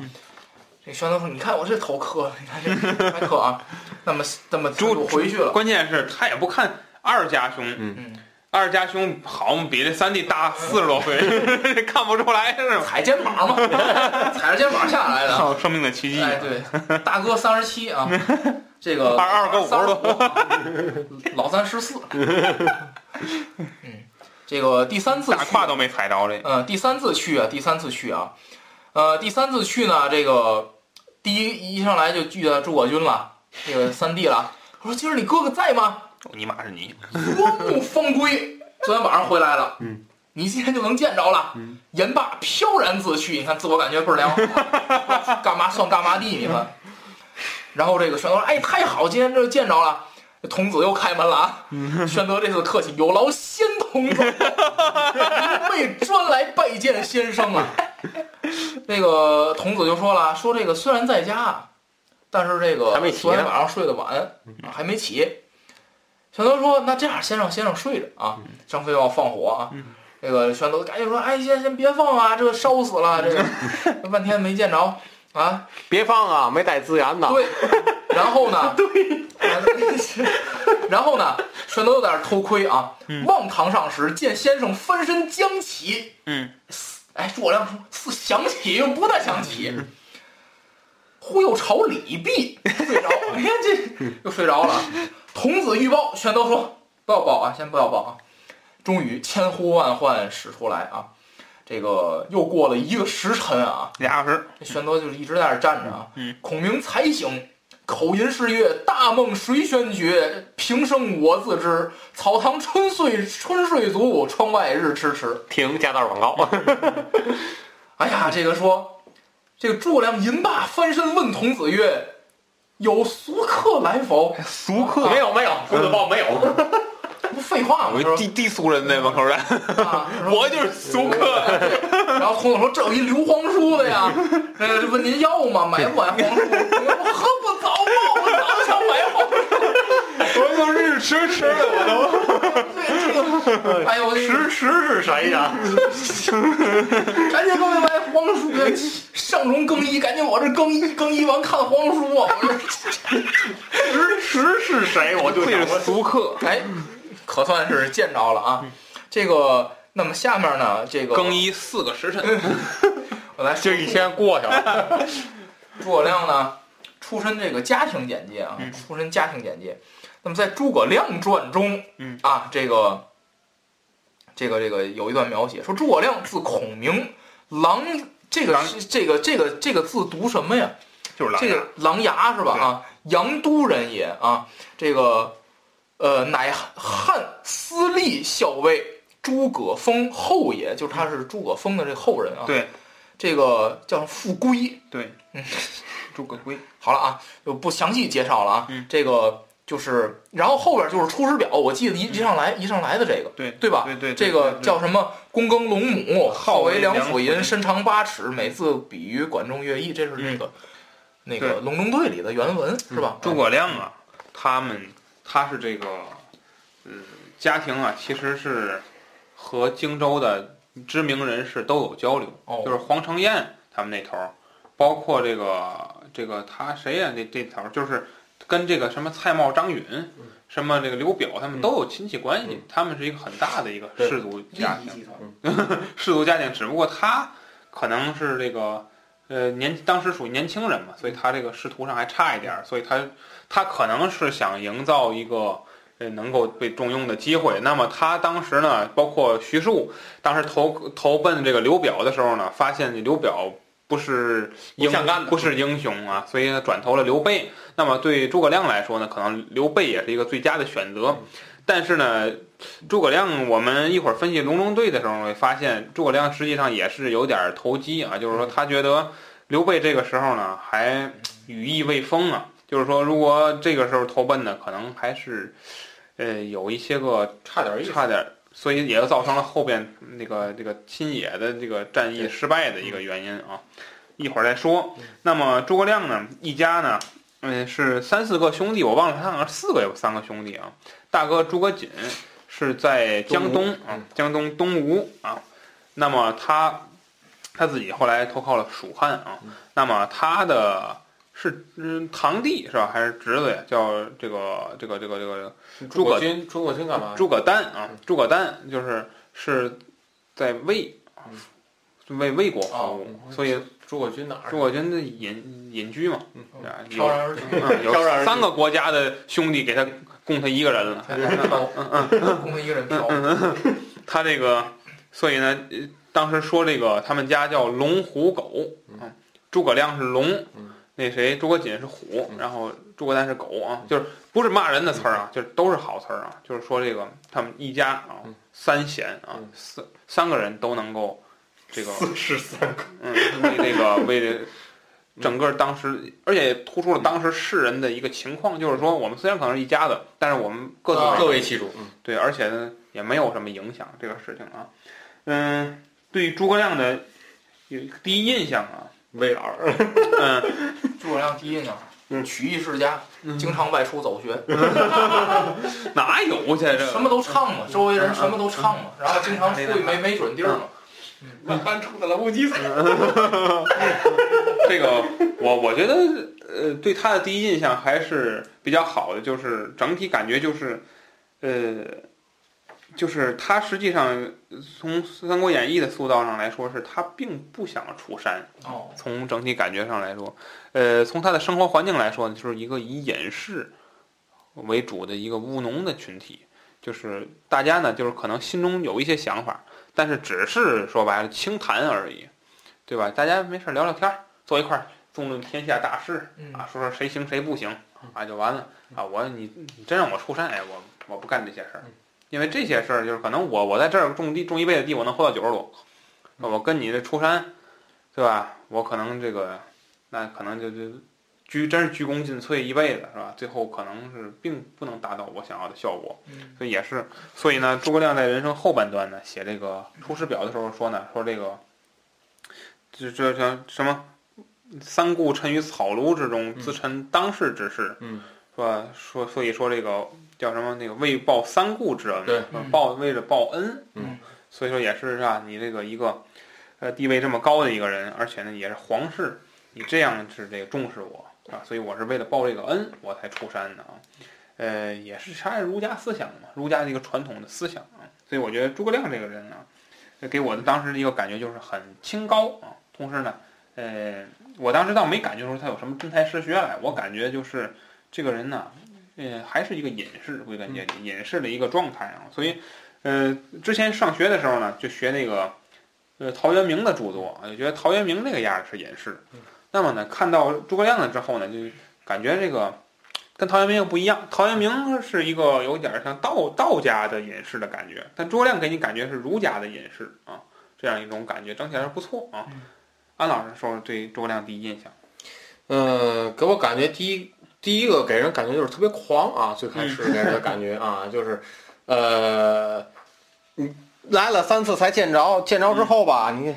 Speaker 3: 这玄德说：“你看我这头磕了，你看 这还磕啊。”那么那么
Speaker 1: 诸
Speaker 3: 就回去了。
Speaker 1: 关键是他也不看二家兄，
Speaker 3: 嗯，
Speaker 1: 二家兄好像比这三弟大四十多岁， 看不出来是吧？
Speaker 3: 踩肩膀 嘛，踩着肩膀下来的。
Speaker 1: 生命的奇迹，
Speaker 3: 哎， 对，大哥三十七啊，这个
Speaker 1: 二二哥五十
Speaker 3: 多，老三 十四。嗯，这个第三次
Speaker 1: 大
Speaker 3: 去
Speaker 1: 胯都没踩着这。
Speaker 3: 呃，第三次去啊，第三次去啊，呃，第三次去呢，这个第一一上来就遇到诸葛军了，这个三弟了。我说今儿你哥哥在吗？
Speaker 1: 你妈是你，
Speaker 3: 光目方归，昨天晚上回来了。
Speaker 4: 嗯，
Speaker 3: 你今天就能见着了。言罢飘然自去，你看自我感觉倍儿良好，干嘛算干嘛地，你看。然后这个玄德说：“哎，太好，今天这就见着了。”童子又开门了啊！
Speaker 4: 嗯
Speaker 3: 玄德这次客气，有劳仙童子，被专来拜见先生啊。那个童子就说了，说这个虽然在家啊，但是这个
Speaker 4: 还没起
Speaker 3: 昨
Speaker 4: 呢啊嗯
Speaker 3: 天晚上睡得晚，啊还没起。玄德说：“那这样，先让先生睡着啊。”
Speaker 4: 嗯
Speaker 3: 张飞要放火啊，这个玄德赶紧说：“哎，先先别放啊，这个烧死了，这
Speaker 4: 嗯
Speaker 3: 个 半天没见着啊。
Speaker 4: 别放啊，没带资源”呢。
Speaker 3: 对，然后呢？对， 然后呢？玄德又在那儿偷窥啊。望堂上时，见先生翻身将起，
Speaker 1: 嗯，
Speaker 3: 哎，诸葛亮说：“似想起又不太想起。”忽又朝李泌睡着，你看这又睡着了。童子欲报，全都说不要报啊，先不要报啊。终于千呼万唤始出来啊！这个又过了一个时辰啊，
Speaker 1: 俩小时，
Speaker 3: 这玄德就是一直在那儿站着啊。
Speaker 1: 嗯
Speaker 3: 孔明才醒，口吟诗曰：“大梦谁宣觉？平生我自知。草堂春睡春睡足，窗外日迟迟。”
Speaker 4: 停，加段广告。
Speaker 3: 嗯 哎呀，这个说，这个诸葛亮吟罢，翻身问童子曰：“有俗客来否
Speaker 1: 俗客
Speaker 3: 啊
Speaker 4: 没有没有，不可报没有。？”
Speaker 3: 不 废话吗？
Speaker 1: 我
Speaker 3: 说
Speaker 1: 地地俗人在门口站，
Speaker 3: 啊，
Speaker 1: 我就是俗客。
Speaker 3: 嗯然后童子说：“这有一刘皇叔的呀，呃，问您要吗？买不买皇叔？ 我喝不着吗？我早想买皇叔。
Speaker 1: 我都日迟迟的，我
Speaker 3: 这个， 哎呦，我这个
Speaker 4: 迟迟是谁呀？
Speaker 3: 赶紧给我买皇叔， 上荣更衣，赶紧我这更衣更衣完看皇叔啊！我
Speaker 4: 迟迟是谁？我就
Speaker 1: 都
Speaker 4: 想
Speaker 1: 这
Speaker 4: 问
Speaker 1: 是俗客。
Speaker 3: 这，哎，
Speaker 4: 嗯
Speaker 3: 可算是见着了啊。这个，那么下面呢，这 个
Speaker 1: 更，衣四个时辰，
Speaker 3: 嗯我来
Speaker 4: 这一天过去了，
Speaker 3: 诸葛亮呢，出身这个家庭简介啊，
Speaker 4: 嗯
Speaker 3: 出身家庭简介。那么在《诸葛亮传》中，
Speaker 1: 嗯
Speaker 3: 啊，这个这个这个有一段描写说，诸葛亮字孔明，狼这个
Speaker 1: 狼
Speaker 3: 是这个这个这个字读什么呀？
Speaker 1: 就是狼
Speaker 3: 这
Speaker 1: 牙
Speaker 3: 个。琅琊是吧？
Speaker 1: 对
Speaker 3: 啊，阳都人也啊，这个呃，乃汉司隶校尉诸葛丰后也，就是他是诸葛丰的这后人啊。
Speaker 1: 对
Speaker 3: 这个叫富归，
Speaker 1: 对，
Speaker 3: 诸葛圭。好了啊，就不详细介绍了啊。
Speaker 1: 嗯
Speaker 3: 这个就是，然后后边就是《出师表》，我记得一一上来一上来的这个，
Speaker 1: 对
Speaker 3: 对吧？
Speaker 1: 对对对
Speaker 3: 这个
Speaker 1: 对
Speaker 3: 叫什么？躬耕龙母，
Speaker 1: 号
Speaker 3: 号为
Speaker 1: 为梁
Speaker 3: 梁甫
Speaker 1: 甫
Speaker 3: 吟，身长八尺，每自比于管仲、乐毅。这是那个、那个《隆中对》里的原文是吧？
Speaker 1: 诸葛亮啊，他们他是这个，嗯，家庭啊，其实是和荆州的知名人士都有交流，
Speaker 3: 哦
Speaker 1: 就是黄承彦他们那头儿，包括这个这个他谁呀、那这头儿就是跟这个什么蔡瑁、张允。什么这个刘表他们都有亲戚关系，他们是一个很大的一个
Speaker 2: 对
Speaker 1: 氏族
Speaker 3: 利
Speaker 1: 家
Speaker 3: 益
Speaker 1: 庭，
Speaker 3: 集团
Speaker 1: 氏族家庭，只不过他可能是这个呃年当时属于年轻人嘛，所以他这个仕途上还差一点儿，所以他他可能是想营造一个呃能够被重用的机会。那么他当时呢，包括徐庶，当时投投奔这个刘表的时候呢，发现刘表。不是英
Speaker 4: 不像干的
Speaker 1: 不是英雄啊，所以呢转投了刘备。那么对诸葛亮来说呢，可能刘备也是一个最佳的选择。但是呢，诸葛亮，我们一会儿分析隆中对的时候会发现，诸葛亮实际上也是有点投机啊，就是说他觉得刘备这个时候呢还羽翼未丰啊，就是说如果这个时候投奔呢，可能还是呃有一些个
Speaker 4: 差点意思。
Speaker 1: 差点儿，所以也就造成了后边那个这个亲野的这个战役失败的一个原因啊，一会儿再说。那么诸葛亮呢，一家呢，嗯，是三四个兄弟，我忘了他好像是四个有三个兄弟啊，大哥诸葛瑾是在江东啊，江东东吴啊，那么他他自己后来投靠了蜀汉啊，
Speaker 4: 嗯
Speaker 1: 那么他的。是嗯，堂弟是吧？还是侄子呀？叫这个这个这个这个
Speaker 4: 诸葛军，诸葛军干嘛？
Speaker 1: 诸葛诞啊
Speaker 4: 嗯，
Speaker 1: 诸葛诞就是是在魏啊为魏国服务，
Speaker 4: 嗯哦
Speaker 1: 所以
Speaker 4: 诸葛军哪儿？
Speaker 1: 诸葛军的隐隐居嘛，
Speaker 4: 嗯
Speaker 1: 对吧
Speaker 3: 飘然而去，
Speaker 1: 有嗯
Speaker 4: 飘然而
Speaker 1: 有
Speaker 4: 去
Speaker 1: 三个国家的兄弟给他供他一个人了，嗯
Speaker 3: 供他一个人飘。
Speaker 1: 他这个，所以呢，呃当时说这个他们家叫龙虎狗啊，诸葛亮是龙
Speaker 4: 嗯，
Speaker 1: 那谁诸葛瑾是虎，
Speaker 4: 嗯
Speaker 1: 然后诸葛诞是狗啊，就是不是骂人的词儿啊，就是都是好词儿啊，就是说这个他们一家啊
Speaker 4: 嗯
Speaker 1: 三贤啊
Speaker 4: 嗯
Speaker 1: 三三个人都能够这个
Speaker 4: 四十三个，嗯
Speaker 1: 嗯为这个为这。整个当时，而且突出了当时世人的一个情况，就是说，我们虽然可能是一家子，但是我们各自
Speaker 3: 啊
Speaker 1: 为
Speaker 4: 各位记住，
Speaker 1: 对，而且呢也没有什么影响这个事情啊。嗯，对于诸葛亮的有第一印象啊，
Speaker 4: 魏二，
Speaker 1: 嗯，
Speaker 3: 诸葛亮第一印象，曲艺世家，经常外出走学，
Speaker 1: 哪有啊去这
Speaker 3: 什
Speaker 1: 个？
Speaker 3: 么都唱嘛，周围人什么都唱嘛，然后经常出去没没准地儿嘛。
Speaker 4: 万般出的老母鸡死。
Speaker 1: 这个我我觉得呃，对他的第一印象还是比较好的，就是整体感觉就是呃，就是他实际上从《三国演义》的塑造上来说，是他并不想出山。
Speaker 3: 哦，
Speaker 1: 从整体感觉上来说，呃，从他的生活环境来说呢，就是一个以隐士为主的一个务农的群体，就是大家呢，就是可能心中有一些想法，但是只是说白了清谈而已，对吧？大家没事儿聊聊天儿，坐一块儿纵论天下大事
Speaker 3: 嗯
Speaker 1: 啊，说说谁行谁不行啊，就完了啊。我你你真让我出山，哎，我我不干这些事
Speaker 3: 嗯
Speaker 1: 儿，因为这些事儿就是可能我我在这儿种地种一辈子地，我能活到九十多，
Speaker 3: 嗯
Speaker 1: 我跟你这出山，对吧？我可能这个那可能就就鞠真是鞠躬尽瘁一辈子是吧？最后可能是并不能达到我想要的效果。
Speaker 3: 嗯
Speaker 1: 所以也是，所以呢，诸葛亮在人生后半段呢，写这个《出师表》的时候说呢，说这个，这这这什么，三顾臣于草庐之中，自陈当世之事，
Speaker 4: 嗯，
Speaker 1: 说说，所以说这个叫什么那个为报三顾之恩，
Speaker 4: 对
Speaker 1: 是吧报为了报恩，
Speaker 3: 嗯，
Speaker 1: 所以说也是啊，你这个一个，呃，地位这么高的一个人，而且呢也是皇室，你这样是这个重视我啊，所以我是为了报这个恩，我才出山的啊。呃，也是他是儒家思想嘛，儒家的一个传统的思想啊，所以我觉得诸葛亮这个人啊，呃给我的当时的一个感觉就是很清高啊，同时呢，呃，我当时倒没感觉出他有什么真才实学来，我感觉就是这个人呢，呃，还是一个隐士，归根结底，隐士的一个状态啊，所以，呃，之前上学的时候呢，就学那个，呃，陶渊明的著作，啊，就觉得陶渊明这个样儿是隐士，那么呢，看到诸葛亮了之后呢，就感觉这个。跟陶渊明又不一样，陶渊明是一个有点儿像道道家的隐士的感觉，但诸葛亮给你感觉是儒家的隐士啊，这样一种感觉，整体来说不错啊。安老师说对诸葛亮第一印象，
Speaker 4: 嗯，给我感觉第一第一个给人感觉就是特别狂啊，最开
Speaker 1: 嗯
Speaker 4: 始给人的感觉啊，就是，呃，你来了三次才见着，见着之后吧，你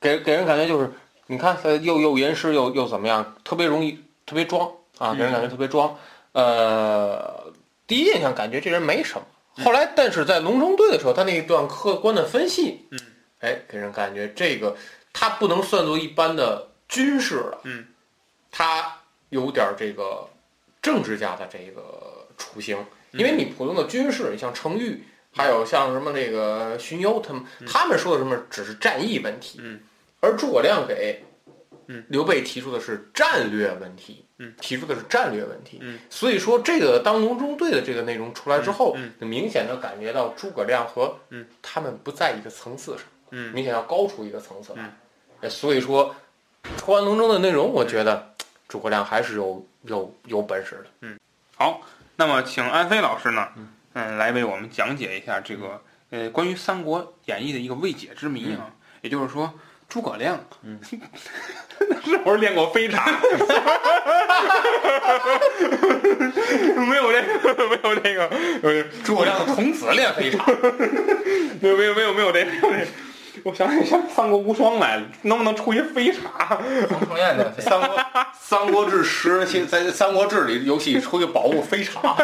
Speaker 4: 给给人感觉就是，你看呃又又吟诗又又怎么样，特别容易特别装啊，
Speaker 1: 嗯
Speaker 4: 给人感觉特别装。呃，第一印象感觉这人没什么。
Speaker 1: 嗯
Speaker 4: 后来，但是在龙城队的时候，他那一段客观的分析，
Speaker 1: 嗯，
Speaker 4: 哎，给人感觉这个他不能算作一般的军事了，
Speaker 1: 嗯，
Speaker 4: 他有点儿这个政治家的这个雏形，
Speaker 1: 嗯
Speaker 4: 因为你普通的军事，你像程昱，还有像什么那个荀攸他们，他们说的什么只是战役问题，
Speaker 1: 嗯，
Speaker 4: 而诸葛亮给
Speaker 1: 嗯
Speaker 4: 刘备提出的是战略问题，
Speaker 1: 嗯，
Speaker 4: 提出的是战略问题，
Speaker 1: 嗯，
Speaker 4: 所以说这个当隆中队的这个内容出来之后，
Speaker 1: 嗯
Speaker 4: 你明显的感觉到诸葛亮和
Speaker 1: 嗯
Speaker 4: 他们不在一个层次上。
Speaker 1: 嗯
Speaker 4: 明显要高出一个层次来
Speaker 1: 嗯。
Speaker 4: 呃所以说，《安龙中》的内容，我觉得诸葛亮还是有有有本事的。
Speaker 1: 好，那么请安飞老师呢，嗯，来为我们讲解一下这个呃关于《三国演义》的一个未解之谜啊，也就是说诸葛亮，
Speaker 4: 嗯
Speaker 1: 是不是练过飞叉？ 没有这个，没有这个，呃
Speaker 3: 诸葛亮的童子练飞 叉，
Speaker 1: 没有没有没有没有这个没有这个。我想想，像《三国无双》来了，能不能出一飞叉？
Speaker 3: 王承彦练飞
Speaker 4: 《
Speaker 3: 叉。
Speaker 4: 三国三国志十》其实在《三国志》里游戏出一个宝物飞叉，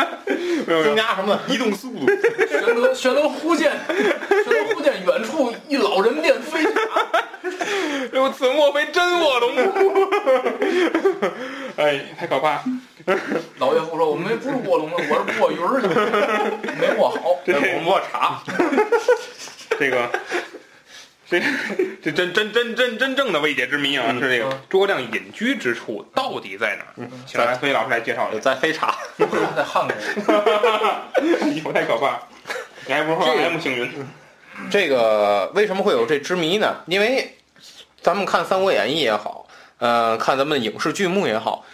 Speaker 1: 没有没有
Speaker 4: 增，加什么移动速度？
Speaker 3: 玄德玄德忽见，玄德忽见远处一老人练飞 叉，
Speaker 1: 呦，此莫非真卧龙？ 哎，太可怕！
Speaker 4: 嗯
Speaker 3: 老岳父说：“我们不是卧龙的，我是卧鱼儿的， 没卧好。哎
Speaker 1: 这
Speaker 4: 我摸茶，
Speaker 1: 这个，这这真真真真真正的未解之谜啊，是这个
Speaker 3: 嗯
Speaker 1: 诸葛亮隐居之处到底在哪儿？请来崔老师来介绍一下。
Speaker 4: 嗯在 飞叉。”
Speaker 3: 他在汉口，
Speaker 1: 以后太可怕， 你还不如说
Speaker 4: 这个
Speaker 1: M 幸运。
Speaker 4: 这个为什么会有这之谜呢？因为咱们看《三国演义》也好，呃，看咱们的影视剧目也好，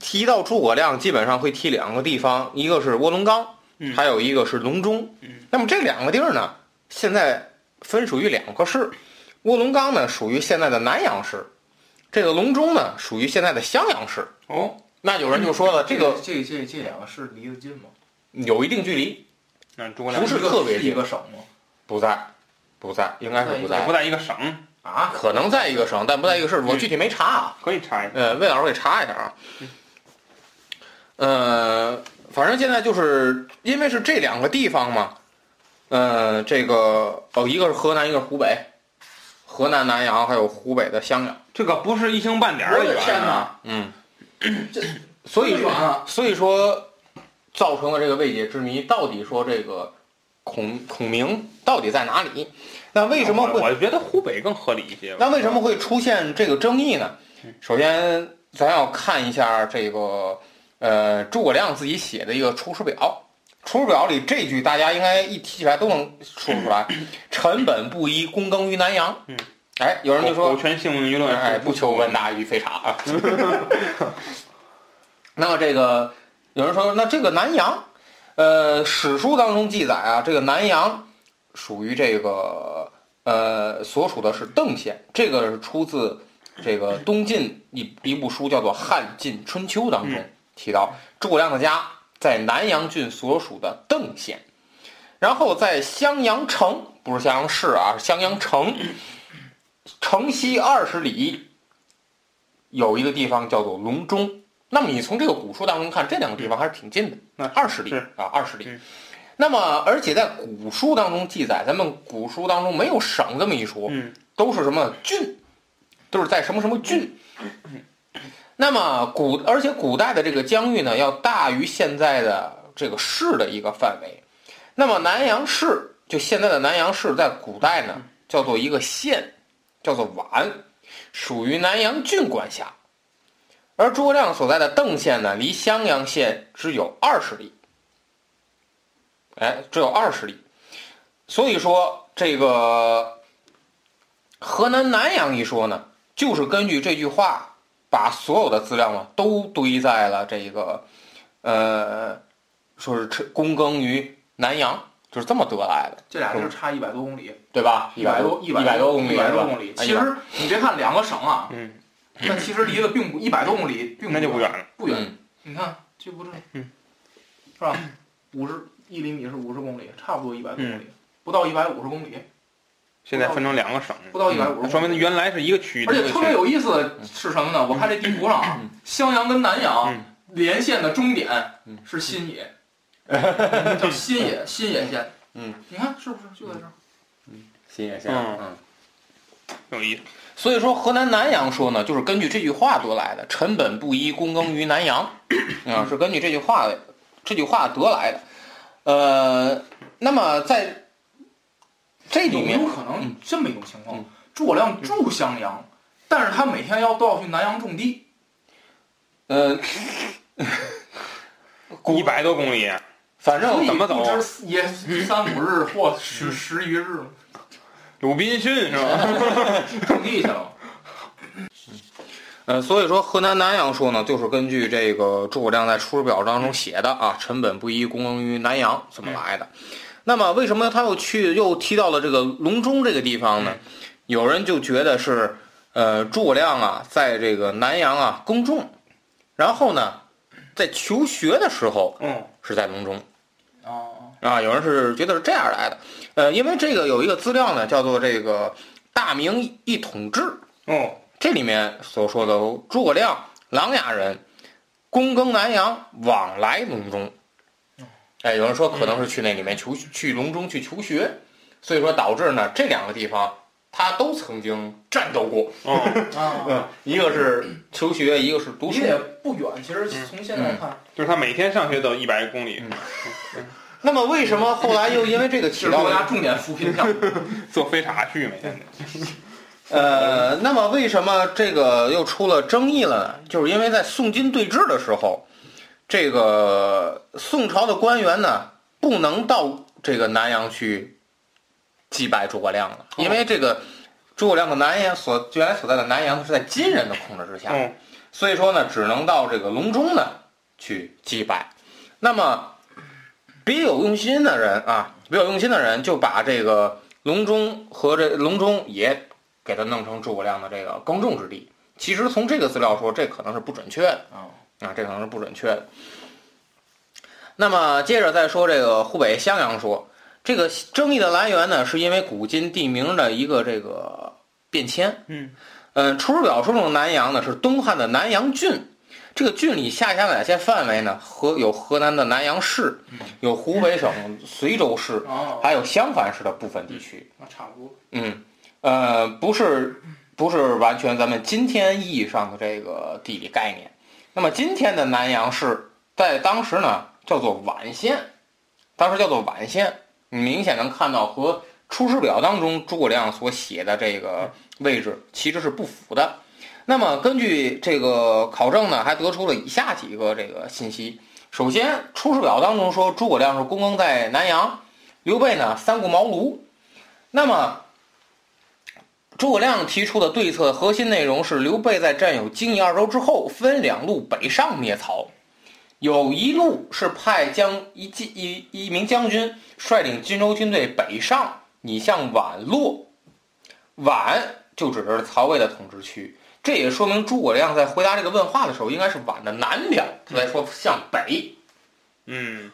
Speaker 4: 提到诸葛亮，基本上会提两个地方，一个是卧龙岗
Speaker 1: 嗯，
Speaker 4: 还有一个是隆中。
Speaker 1: 嗯
Speaker 4: 那么这两个地儿呢，现在分属于两个市。卧龙岗呢，属于现在的南阳市；这个隆中呢，属于现在的襄阳市。
Speaker 1: 哦，
Speaker 4: 那有人就说了，这个
Speaker 3: 这这这两个市离得近吗？
Speaker 4: 有一定距离，
Speaker 1: 那诸葛亮
Speaker 4: 不是
Speaker 3: 一个
Speaker 4: 特别
Speaker 3: 是
Speaker 4: 近
Speaker 3: 一个省吗？
Speaker 4: 不在，不在，应该是不
Speaker 1: 也
Speaker 4: 在
Speaker 1: 不，嗯在一个省，
Speaker 3: 啊，
Speaker 4: 可能在一个省，但不在一个市。我具体没查啊。
Speaker 1: 可以查一下。
Speaker 4: 呃，魏老师给查一下啊。呃，反正现在就是因为是这两个地方嘛，呃，这个哦，一个是河南，一个是湖北，河南南阳还有湖北的襄阳。
Speaker 1: 这个不是一星半点儿
Speaker 3: 我
Speaker 1: 的
Speaker 3: 的
Speaker 1: 远
Speaker 3: 天
Speaker 1: 啊。
Speaker 3: 哪！
Speaker 4: 嗯，所以
Speaker 3: 这么
Speaker 4: 说
Speaker 3: 远啊，
Speaker 4: 所以说造成了这个未解之谜，到底说这个孔孔明到底在哪里？那为什么会
Speaker 1: 我我觉得湖北更合理一些吧。
Speaker 4: 那为什么会出现这个争议呢？首先，咱要看一下这个呃诸葛亮自己写的一个《出师表》。《出师表》里这句大家应该一提起来都能说出来：“臣本不依，躬耕于南阳。”
Speaker 1: 嗯，
Speaker 4: 哎，有人就说
Speaker 1: 狗权性命舆论，
Speaker 4: 哎，不求闻达于非察啊。那么这个有人说，那这个南阳，呃，史书当中记载啊，这个南阳属于这个呃所属的是邓县，这个是出自这个东晋一一部书叫做《汉晋春秋》当中
Speaker 1: 嗯
Speaker 4: 提到诸葛亮的家在南阳郡所属的邓县，然后在襄阳城，不是襄阳市啊，是襄阳城。城西二十里有一个地方叫做隆中。那么你从这个古书当中看，这两个地方还是挺近的，
Speaker 1: 那是
Speaker 4: 二十里
Speaker 1: 是
Speaker 4: 啊，二十里
Speaker 1: 嗯。
Speaker 4: 那么而且在呃古书当中记载，咱们古书当中没有省这么一说，
Speaker 1: 嗯
Speaker 4: 都是什么郡，都是在什么什么郡。那么古而且古代的这个疆域呢，要大于现在的这个市的一个范围。那么南阳市就现在的南阳市，在古代呢叫做一个县，叫做宛，属于南阳郡管辖。而诸葛亮所在的邓县呢，离襄阳县只有二十里，哎，只有二十里。所以说，这个河南南阳一说呢，就是根据这句话，把所有的资料呢都堆在了这个，呃，说是陈躬耕于南阳，就是这么得来的，
Speaker 3: 这俩地儿差一百多公里，
Speaker 4: 对吧？
Speaker 3: 一百
Speaker 4: 多
Speaker 3: 多
Speaker 4: 一
Speaker 3: 百多
Speaker 4: 多公里，
Speaker 3: 一百多公
Speaker 4: 是吧
Speaker 3: 里。
Speaker 4: 哎
Speaker 3: 其实你别看两个省啊，
Speaker 1: 嗯
Speaker 3: 但其实离得并不一百多公里，并
Speaker 1: 那就不远
Speaker 3: 远，
Speaker 1: 了。嗯
Speaker 3: 不远。
Speaker 4: 嗯
Speaker 3: 你看，这不是，是吧？五十一厘米是五十公里，差不多一百多公
Speaker 1: 嗯
Speaker 3: 里，不到一百五十公里，
Speaker 1: 现在分成两个省，
Speaker 3: 不到一百五
Speaker 1: 嗯那
Speaker 3: 十。
Speaker 1: 说明它原来是一个区域。
Speaker 3: 嗯而
Speaker 1: 一
Speaker 3: 且
Speaker 1: 个
Speaker 3: 特别
Speaker 1: 区
Speaker 3: 有意思的是什么呢？我看这地图上啊，襄阳跟南阳
Speaker 1: 嗯
Speaker 3: 连线的终点是新野，
Speaker 1: 嗯
Speaker 3: 叫新野新野县。
Speaker 4: 嗯，
Speaker 3: 你看是不是就在这儿？
Speaker 4: 新野县
Speaker 1: 嗯，有意思。
Speaker 4: 所以说，河南南阳说呢，就是根据这句话得来的“臣本布衣，躬耕于南阳”，啊，是根据这句话这句话得来的。呃，那么在这里
Speaker 3: 有没
Speaker 4: 面
Speaker 3: 有，可能这么一种情况
Speaker 4: 嗯？
Speaker 3: 诸葛亮住襄阳，但是他每天要都要去南阳种地，
Speaker 4: 呃，
Speaker 1: 一百多公里，
Speaker 4: 反
Speaker 3: 所
Speaker 4: 正
Speaker 3: 以
Speaker 1: 怎么
Speaker 3: 不
Speaker 1: 走啊嗯
Speaker 3: 知也三五日或十十余日
Speaker 1: 鲁滨逊是
Speaker 3: 嗯
Speaker 1: 吧？
Speaker 3: 种地去了。
Speaker 4: 呃，所以说河南南阳说呢，就是根据这个诸葛亮在《出师表》当中写的啊，“臣本布衣，躬耕于南阳”这么来的。那么为什么他又去又提到了这个隆中这个地方呢？有人就觉得是，呃，诸葛亮啊，在这个南阳啊耕种，然后呢，在求学的时候
Speaker 1: 嗯，
Speaker 4: 是在隆中
Speaker 3: 哦，
Speaker 4: 啊，有人是觉得是这样来的。呃，因为这个有一个资料呢，叫做这个“大明一统志”，
Speaker 1: 哦，
Speaker 4: 这里面所说的诸葛亮，琅琊人，躬耕南阳，往来隆中。
Speaker 3: 哦
Speaker 4: 哎，有人说可
Speaker 3: 嗯
Speaker 4: 能是去那里面求去隆中去求学，所以说导致呢这两个地方他都曾经战斗过。
Speaker 1: 哦，
Speaker 3: 啊，
Speaker 4: 一个是求学，一个是读
Speaker 3: 离
Speaker 4: 书。
Speaker 3: 得也不远，其实
Speaker 1: 嗯
Speaker 3: 从现在看，
Speaker 1: 就是他每天上学都一百公里，
Speaker 3: 嗯
Speaker 4: 那么为什么后来又因为这个
Speaker 3: 是
Speaker 4: 起到
Speaker 3: 国
Speaker 4: 了
Speaker 3: 家重点扶贫项目。
Speaker 1: 坐飞茶去每天得。
Speaker 4: 呃，那么为什么这个又出了争议了呢？就是因为在宋金对峙的时候，这个宋朝的官员呢不能到这个南阳去祭拜诸葛亮了，因为这个诸葛亮的南阳所原来所在的南阳是在金人的控制之下，
Speaker 1: 嗯，
Speaker 4: 所以说呢，只能到这个隆中呢去祭拜。那么别有用心的人啊，别有用心的人就把这个隆中和这隆中也给它弄成诸葛亮的这个耕种之地。其实从这个资料说，这可能是不准确的
Speaker 3: 啊
Speaker 4: 啊，这可能是不准确的。那么接着再说这个湖北襄阳说，这个争议的来源呢，是因为古今地名的一个这个变迁。呃，《出师表》说中的南阳呢是东汉的南阳郡，这个郡里下辖哪些范围呢？河有河南的南阳市，有湖北省随州市，
Speaker 1: 嗯
Speaker 3: 哦，
Speaker 4: 还有襄樊市的部分地区。
Speaker 3: 那差不多。
Speaker 4: 嗯，呃，不是不是完全咱们今天意义上的这个地理概念。那么今天的南阳市在当时呢叫做宛县，当时叫做宛县，你明显能看到和《出师表》当中诸葛亮所写的这个位置其实是不符的。那么根据这个考证呢，还得出了以下几个这个信息。首先，《出师表》当中说诸葛亮是躬耕在南阳，刘备呢三顾茅庐。那么，诸葛亮提出的对策核心内容是：刘备在占有荆益二州之后，分两路北上灭曹。有一路是派将一进一一名将军率领荆州军队北上，你向宛洛，宛就指的是曹魏的统治区。这也说明诸葛亮在回答这个问话的时候，应该是宛的南边，他在说向北。
Speaker 1: 嗯，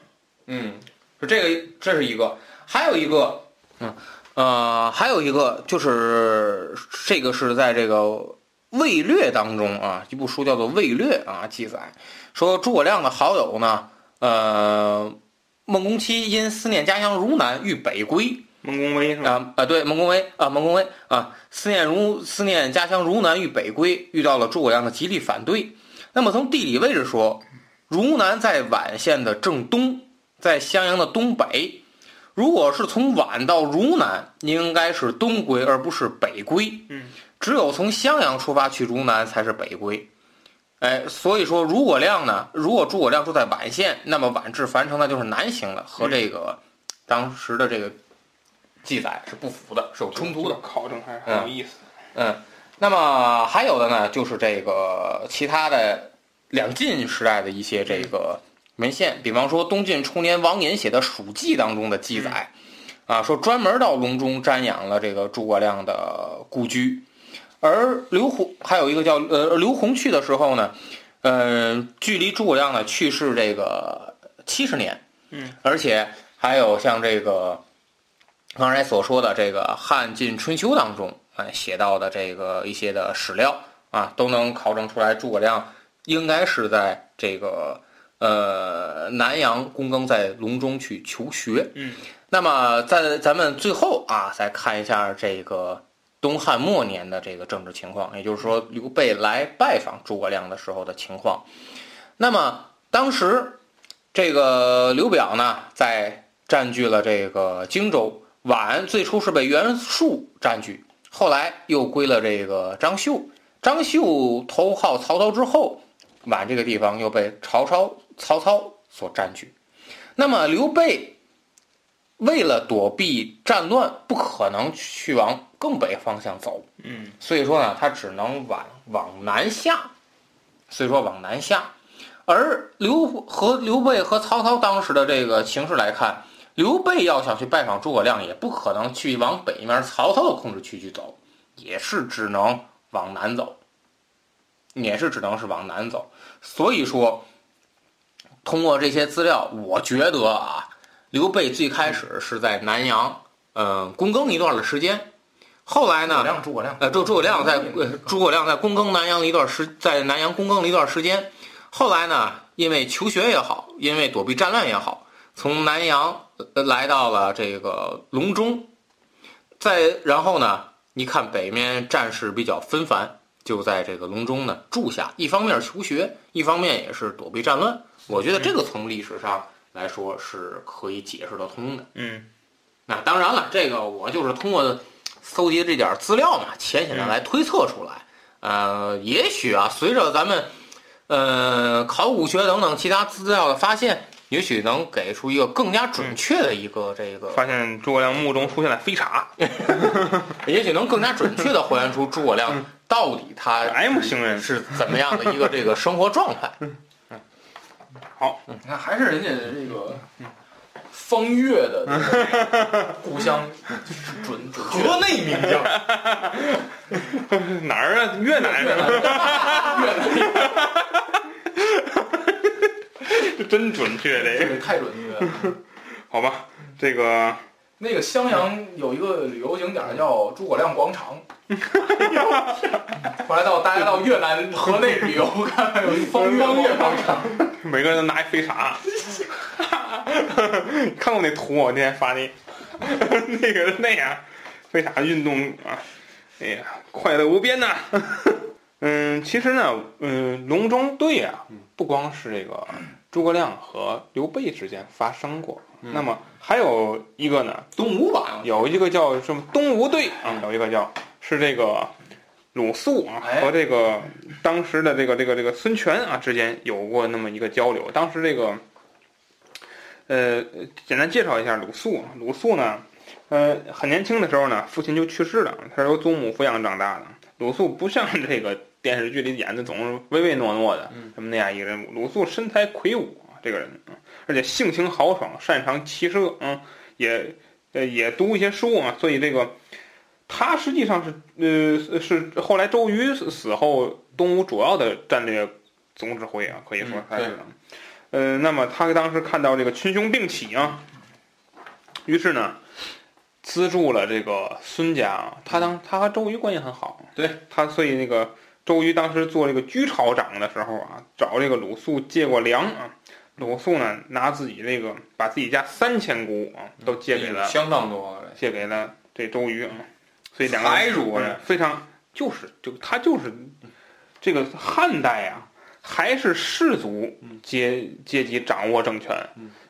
Speaker 4: 嗯，是这个，这是一个，还有一个，嗯，呃，还有一个就是这个是在这个《魏略》当中啊，一部书叫做《魏略》啊，记载说诸葛亮的好友呢，呃，孟公期因思念家乡汝南，欲北归，
Speaker 1: 孟恭威是吧？
Speaker 4: 啊啊，对，孟恭威啊，孟恭威啊，思念如思念家乡如南欲北归，遇到了诸葛亮的极力反对。那么从地理位置说，如南在宛县的正东，在襄阳的东北。如果是从宛到汝南，应该是东归而不是北归。
Speaker 1: 嗯，
Speaker 4: 只有从襄阳出发去汝南才是北归。哎，所以说如果亮呢，如果诸葛亮住在宛县，那么宛至樊城那就是南行了，和这个当时的这个记载是不符的，是有冲突的。
Speaker 1: 考证还是很有意思。
Speaker 4: 嗯，那么还有的呢，就是这个其他的两晋时代的一些这个文献，比方说东晋初年王寅写的《蜀记》当中的记载，啊，说专门到隆中瞻仰了这个诸葛亮的故居。而刘宏还有一个叫呃刘宏去的时候呢，嗯、距离诸葛亮呢去世这个七十年，
Speaker 1: 嗯，
Speaker 4: 而且还有像这个刚才所说的这个汉晋春秋当中，哎写到的这个一些的史料啊，都能考证出来诸葛亮应该是在这个呃南阳躬耕在隆中去求学，
Speaker 1: 嗯，
Speaker 4: 那么在咱们最后啊，再看一下这个东汉末年的这个政治情况，也就是说刘备来拜访诸葛亮的时候的情况。那么当时这个刘表呢，在占据了这个荆州，宛最初是被袁术占据，后来又归了这个张绣。张绣投靠曹操之后，宛这个地方又被曹操曹操所占据。那么刘备为了躲避战乱，不可能去往更北方向走，
Speaker 1: 嗯，
Speaker 4: 所以说呢，他只能往往南下，所以说往南下。而刘和刘备和曹操当时的这个形势来看，刘备要想去拜访诸葛亮，也不可能去往北面曹操的控制区去走，也是只能往南走，也是只能是往南走。所以说，通过这些资料，我觉得啊，刘备最开始是在南阳，嗯、躬耕一段的时间，后来
Speaker 3: 诸葛
Speaker 4: 呢，
Speaker 3: 亮，诸葛亮，
Speaker 4: 呃，诸诸葛亮在呃诸葛亮在躬耕南阳了一段时，在南阳躬耕了一段时间。后来呢，因为求学也好，因为躲避战乱也好，从南阳呃来到了这个隆中，再然后呢，你看北面战事比较纷繁，就在这个隆中呢住下。一方面求学，一方面也是躲避战乱。我觉得这个从历史上来说是可以解释得通的。
Speaker 1: 嗯，
Speaker 4: 那当然了，这个我就是通过搜集这点儿资料嘛，浅显的来推测出来。呃，也许啊，随着咱们呃考古学等等其他资料的发现，也许能给出一个更加准确的一个这个，
Speaker 1: 发现诸葛亮墓中出现了飞叉
Speaker 4: 也许能更加准确的还原出诸葛亮到底他
Speaker 1: ，M
Speaker 3: 嗯
Speaker 1: 星人，
Speaker 4: 是怎么样的一个这个生活状态。
Speaker 3: 你看还是人家的这个方悦的这个故乡就是准准确，河内名 将，
Speaker 1: 哪儿啊？ 越南是吧？这真准确这
Speaker 3: 这
Speaker 1: 个，
Speaker 3: 个太准确了。
Speaker 1: 好吧？这个
Speaker 3: 那个襄阳有一个旅游景点儿叫诸葛亮广场，后来到大家到越南河内旅游，看看有一方月广场，
Speaker 1: 每个人都拿一飞 叉，看过那图我那天发那， 那个那样，飞叉运动啊，哎呀，快乐无边呐、 嗯，其实呢，嗯，隆中对啊，不光是这个诸葛亮和刘备之间发生过，那么还有一个呢，
Speaker 4: 东吴
Speaker 3: 啊
Speaker 4: 吧，
Speaker 1: 有一个叫什么东吴队啊，有一个叫是这个鲁肃啊
Speaker 3: 哎
Speaker 1: 和这个当时的这个这个这个孙权啊之间有过那么一个交流。当时这个呃，简单介绍一下鲁肃啊，鲁肃呢，呃，很年轻的时候呢，父亲就去世了，他是由祖母抚养长大的。鲁肃不像这个电视剧里演的总是唯唯诺诺的，什么那样一个人物。鲁肃身材魁梧啊，这个人，嗯而且性情豪爽，擅长骑射，嗯，也呃也读一些书啊，所以这个他实际上是呃是是后来周瑜死死后东吴主要的战略总指挥啊，可以说
Speaker 4: 嗯
Speaker 1: 他
Speaker 4: 对
Speaker 1: 是。呃，那么他当时看到这个群雄并起啊，于是呢，资助了这个孙家啊。他当他和周瑜关系很好，啊
Speaker 4: 对
Speaker 1: 他，所以那个周瑜当时做这个居朝长的时候啊，找这个鲁肃借过粮啊。鲁肃呢，拿自己这个把自己家三千谷啊都借给了
Speaker 4: 相当多的人，
Speaker 1: 借给了这周瑜啊，所以两个人
Speaker 4: 财主啊
Speaker 1: 嗯非常就是就他就是这个汉代啊，还是士族阶阶级掌握政权，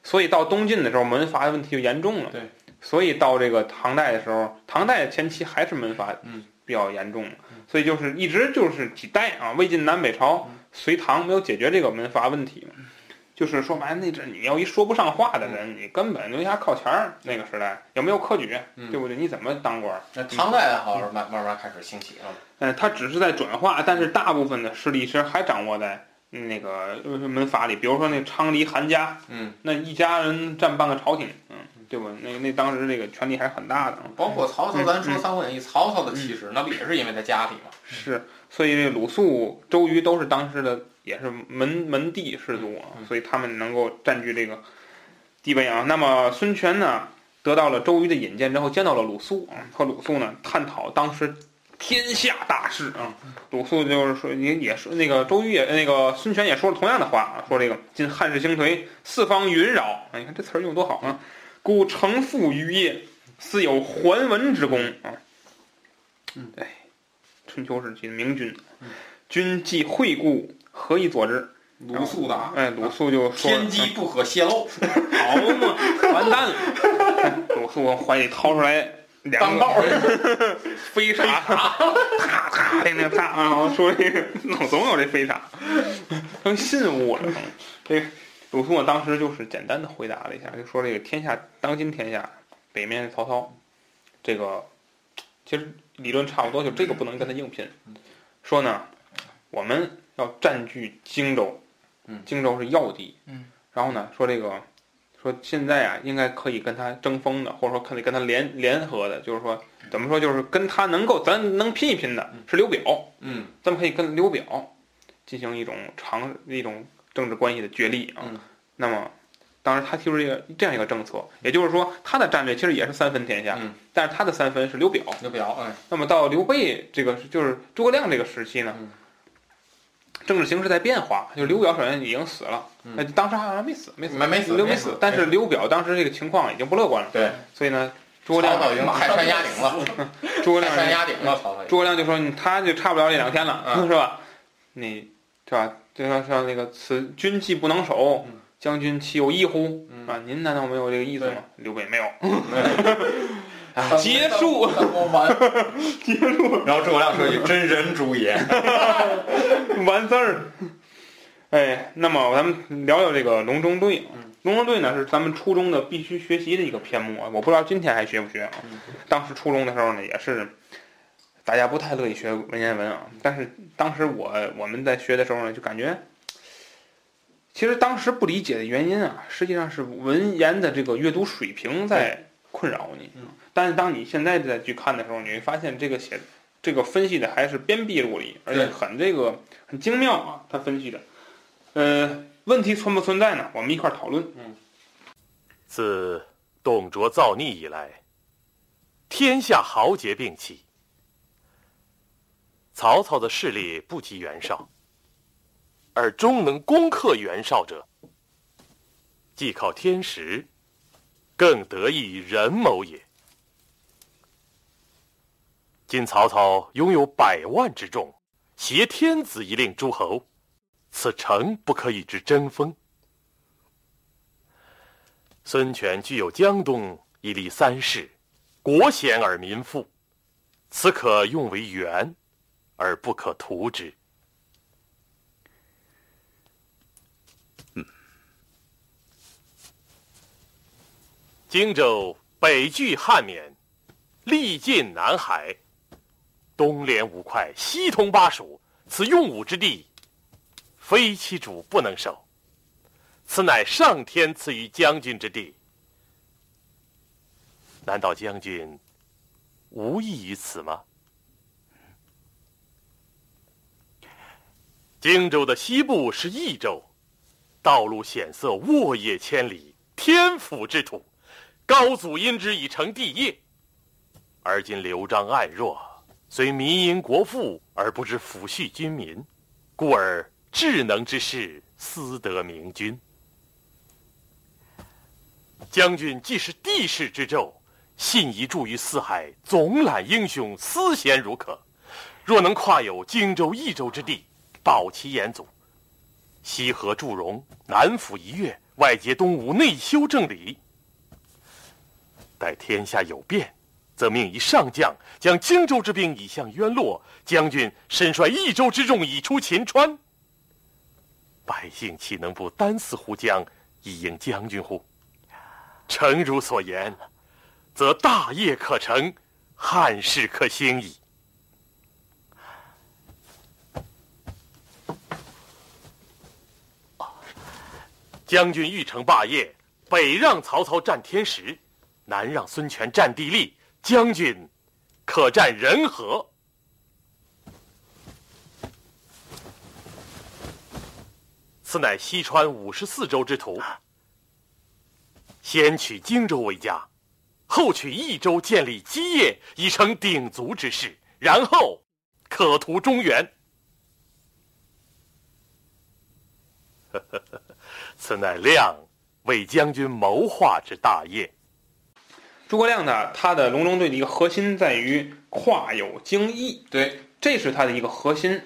Speaker 1: 所以到东晋的时候门阀问题就严重了。
Speaker 4: 对，
Speaker 1: 所以到这个唐代的时候，唐代前期还是门阀
Speaker 4: 嗯
Speaker 1: 比较严重，所以就是一直就是几代啊，魏晋南北朝、隋唐没有解决这个门阀问题嘛。就是说白了，那阵你要一说不上话的人，你根本没啥靠前儿。那个时代有没有科举，
Speaker 4: 嗯
Speaker 1: 对不对？你怎么当官儿？
Speaker 4: 那唐代好像慢慢慢开始兴起了。
Speaker 1: 嗯，它只是在转化，但是大部分的势力其实还掌握在嗯那个呃门阀里，比如说那昌黎韩家，
Speaker 4: 嗯，
Speaker 1: 那一家人占半个朝廷，嗯，对吧？那那当时这个权力还是很大的啊。
Speaker 4: 包括曹操，
Speaker 1: 嗯
Speaker 4: 咱说《三国演义》，曹操的起始那不也是因为他家里嘛？
Speaker 1: 是，所以这鲁肃、周瑜都是当时的也是门门第士族啊，所以他们能够占据这个地位啊。那么孙权呢，得到了周瑜的引荐之后，见到了鲁肃啊，和鲁肃呢探讨当时天下大事啊。鲁肃就是说，也也说那个周瑜也那个孙权也说了同样的话啊，说这个今汉室兴颓，四方云扰。哎，你看这词儿用得多好啊！故城父于业，似有桓文之功啊。嗯，哎。春秋时期的明君，啊
Speaker 4: 嗯
Speaker 1: 君既惠顾，何以佐之？
Speaker 4: 鲁肃的啊，
Speaker 1: 哎，鲁肃就说
Speaker 4: 天机不可泄露，
Speaker 1: 好嘛，完蛋了！鲁肃从怀里掏出来两
Speaker 4: 当
Speaker 1: 个
Speaker 4: 道儿。
Speaker 1: 飞叉，啪啪的那个叉啊，说这个老总有这飞叉，成信物了。这个鲁肃呢，当时就是简单的回答了一下，就说这个天下当今天下，北面是曹操，这个其实理论差不多，就这个不能跟他硬拼。说呢，我们要占据荆州，
Speaker 4: 嗯
Speaker 1: 荆州是要地，
Speaker 3: 嗯，
Speaker 1: 然后呢，说这个。说现在啊，应该可以跟他争锋的，或者说可以跟他联联合的，就是说怎么说，就是跟他能够咱能拼一拼的是刘表，
Speaker 4: 嗯，
Speaker 1: 咱们可以跟刘表进行一种长一种政治关系的角力啊。
Speaker 4: 嗯
Speaker 1: 那么，当时他提出这个这样一个政策，也就是说他的战略其实也是三分天下，
Speaker 4: 嗯
Speaker 1: 但是他的三分是刘表。
Speaker 4: 刘表，哎，
Speaker 1: 那么到刘备这个就是诸葛亮这个时期呢，
Speaker 4: 嗯
Speaker 1: 政治形势在变化，就刘表首先已经死了，
Speaker 4: 嗯
Speaker 1: 呃当时好像没死，没死，
Speaker 4: 没没死，
Speaker 1: 刘
Speaker 4: 没
Speaker 1: 死，但是刘表当时这个情况已经不乐观了，
Speaker 4: 对，
Speaker 1: 所以呢，诸葛
Speaker 4: 曹操
Speaker 1: 亮
Speaker 4: 已经泰山压顶了，
Speaker 1: 诸葛
Speaker 4: 泰
Speaker 1: 亮
Speaker 4: 山压顶了，曹操已经。
Speaker 1: 诸葛亮就说你他就差不了这两天了，
Speaker 4: 嗯
Speaker 1: 是吧？你是吧？就说说那个此君既不能守
Speaker 4: 嗯，
Speaker 1: 将军岂有异乎？
Speaker 4: 嗯
Speaker 1: 啊，您难道没有这个意思吗？刘备没有。 啊
Speaker 3: 三
Speaker 1: 结束，
Speaker 3: 三国完，
Speaker 4: 然后诸葛亮说一句：“真人主也。
Speaker 1: 完事儿。哎，那么咱们聊聊这个隆中对。
Speaker 4: 嗯
Speaker 1: 隆中对呢是咱们初中的必须学习的一个篇目啊，我不知道今天还学不学啊。当时初中的时候呢，也是大家不太乐意学文言文啊，但是当时我我们在学的时候呢，就感觉。其实当时不理解的原因啊，实际上是文言的这个阅读水平在困扰你
Speaker 4: 嗯。
Speaker 1: 但是当你现在再去看的时候，你会发现这个写这个分析的还是鞭辟入里，而且
Speaker 4: 对
Speaker 1: 很这个很精妙啊，他分析的。呃，问题存不存在呢？我们一块儿讨论。
Speaker 5: 自董卓造逆以来，天下豪杰并起。曹操的势力不及袁绍，而终能攻克袁绍者，既靠天时，更得益于人谋也。今曹操拥有百万之众，挟天子以令诸侯，此诚不可与之争锋。孙权具有江东以立三世，国险而民富，此可用为援，而不可图之。荆州北据汉沔，历尽南海，东连吴会，西通巴蜀，此用武之地，非其主不能守。此乃上天赐予将军之地。难道将军无异于此吗？荆州的西部是益州，道路险塞，沃野千里，天府之土，高祖因之以成帝业。而今刘璋暗弱，虽民营国富，而不知抚恤军民。故而智能之士思得明君。将军既是帝室之胄，信宜著于四海，总揽英雄，思贤如渴。若能跨有荆州、益州之地，保其延祖，西河祝融，南抚一越，外结东吴，内修正理。待天下有变，则命一上将将荆州之兵以向渊洛，将军身率益州之众以出秦川。百姓岂能不单思乎将，以应将军乎？诚如所言，则大业可成，汉室可兴矣。将军欲成霸业，北让曹操占天时，难让孙权占地利，将军可占人和。此乃西川五十四州之徒，先取荆州为家，后取益州建立基业，以成鼎足之势，然后可图中原。 此乃亮为将军谋划之大业。
Speaker 1: 诸葛亮呢，他的隆中对的一个核心在于跨有荆益，
Speaker 4: 对，
Speaker 1: 这是他的一个核心。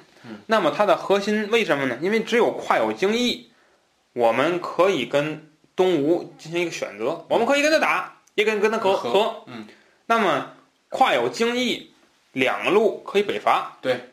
Speaker 1: 那么它的核心为什么呢？因为只有跨有荆益，我们可以跟东吴进行一个选择，我们可以跟他打，也可以跟他和
Speaker 4: 和
Speaker 1: 和。
Speaker 4: 嗯，
Speaker 1: 那么跨有荆益，两路可以北伐。
Speaker 4: 对，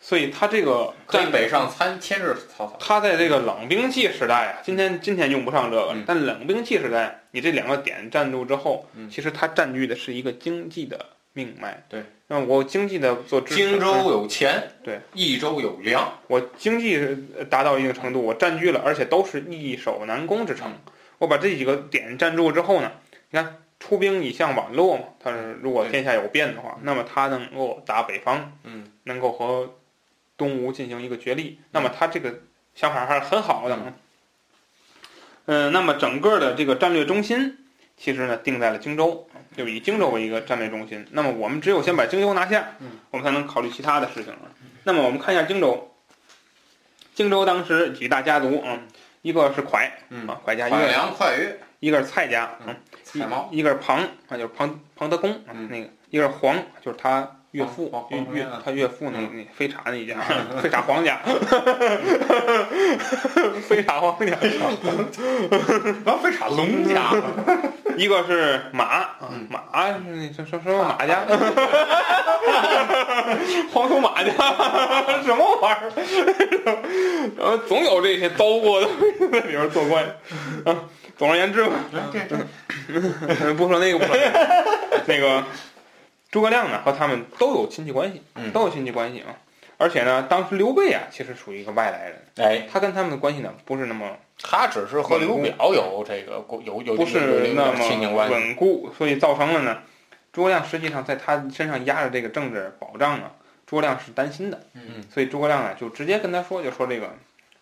Speaker 1: 所以他这个
Speaker 4: 在北上参牵制曹操。
Speaker 1: 他在这个冷兵器时代啊，今天今天用不上这个，
Speaker 4: 嗯
Speaker 1: 但冷兵器时代，你这两个点占住之后，
Speaker 4: 嗯
Speaker 1: 其实它占据的是一个经济的命脉。
Speaker 4: 对，
Speaker 1: 那我经济的做支持
Speaker 4: 荆州有钱，
Speaker 1: 对，
Speaker 4: 益州有粮，
Speaker 1: 我经济达到一定程度，我占据了，而且都是易守难攻之城。我把这几个点占住之后呢，你看出兵以向宛洛嘛，他是如果
Speaker 4: 对
Speaker 1: 天下有变的话，那么他能够打北方，
Speaker 4: 嗯，
Speaker 1: 能够和东吴进行一个角力，那么他这个想法还是很好的。嗯、那么整个的这个战略中心其实呢定在了荆州，就以荆州为一个战略中心。那么我们只有先把荆州拿下，
Speaker 4: 嗯
Speaker 1: 我们才能考虑其他的事情了。那么我们看一下荆州，荆州当时几大家族啊，一个是蒯
Speaker 4: 嗯
Speaker 1: 啊，蒯家一
Speaker 4: 快
Speaker 1: 个
Speaker 4: 粮快运，
Speaker 1: 一个是蔡家，
Speaker 4: 嗯
Speaker 1: 嗯，
Speaker 4: 蔡瑁
Speaker 1: 一个是庞啊，就是庞庞德公啊，
Speaker 4: 嗯
Speaker 1: 那个一个是黄，就是他岳父
Speaker 4: 黄黄
Speaker 1: 岳岳
Speaker 4: 黄黄啊
Speaker 1: 他岳父那那飞茶那一 家，飞茶黄家， 飞茶黄 家，
Speaker 4: 王非产龙家，
Speaker 1: 一个是马啊
Speaker 4: 嗯
Speaker 1: 马那什什什么马 家， 黄头马家，什么玩意儿？ 然后总有这些糟粕的 在里边作怪 啊。总而言之吧，
Speaker 4: 这这
Speaker 1: 嗯不说那个，不说那个， 那个诸葛亮呢和他们都有亲戚关系，
Speaker 4: 嗯
Speaker 1: 都有亲戚关系啊。而且呢，当时刘备啊，其实属于一个外来人，
Speaker 4: 哎，
Speaker 1: 他跟他们的关系呢不是那么
Speaker 4: 他只是和刘表有这个有有
Speaker 1: 不
Speaker 4: 有
Speaker 1: 是
Speaker 4: 有
Speaker 1: 那
Speaker 4: 有亲情
Speaker 1: 么
Speaker 4: 关系，
Speaker 1: 稳固，所以造成了呢，诸葛亮实际上在他身上压着这个政治保障啊，诸葛亮是担心的，
Speaker 4: 嗯，
Speaker 1: 所以诸葛亮呢就直接跟他说，就说这个，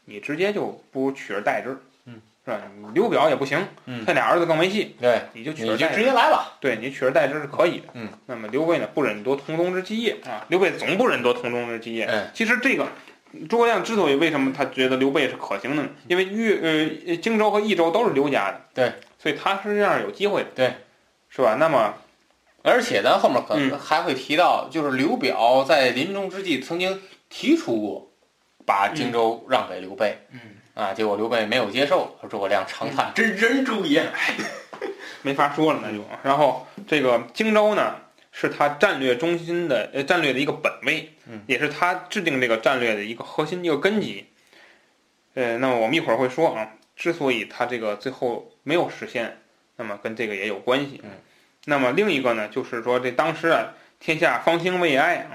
Speaker 1: 你直接就不如取而代之，
Speaker 4: 嗯，
Speaker 1: 是吧？你刘表也不行，
Speaker 4: 嗯
Speaker 1: 他俩儿子更没戏，
Speaker 4: 对，
Speaker 1: 你就取
Speaker 4: 你
Speaker 1: 而
Speaker 4: 就
Speaker 1: 代之
Speaker 4: 直接来吧，
Speaker 1: 对你取而代之是可以的。
Speaker 4: 嗯，
Speaker 1: 那么刘备呢，不忍夺同宗之基业啊，刘备总不忍夺同宗之基业。
Speaker 4: 嗯
Speaker 1: 其实这个诸葛亮之所以为什么他觉得刘备是可行的呢？因为豫呃荆州和益州都是刘家的，
Speaker 4: 对，
Speaker 1: 所以他实际上是有机会的，
Speaker 4: 对，
Speaker 1: 是吧？那么
Speaker 4: 而且咱后面可能
Speaker 1: 嗯
Speaker 4: 还会提到，就是刘表在临终之际曾经提出过，把荆州让给刘备，
Speaker 1: 嗯，
Speaker 4: 啊，结果刘备没有接受，诸葛亮长叹，真人主也，
Speaker 1: 啊没法说了，那
Speaker 4: 嗯
Speaker 1: 就。然后这个荆州呢，是他战略中心的呃战略的一个本位，
Speaker 4: 嗯
Speaker 1: 也是他制定这个战略的一个核心一个根基。呃，那么我们一会儿会说啊，之所以他这个最后没有实现，那么跟这个也有关系。
Speaker 4: 嗯
Speaker 1: 那么另一个呢，就是说这当时啊，天下方兴未艾啊，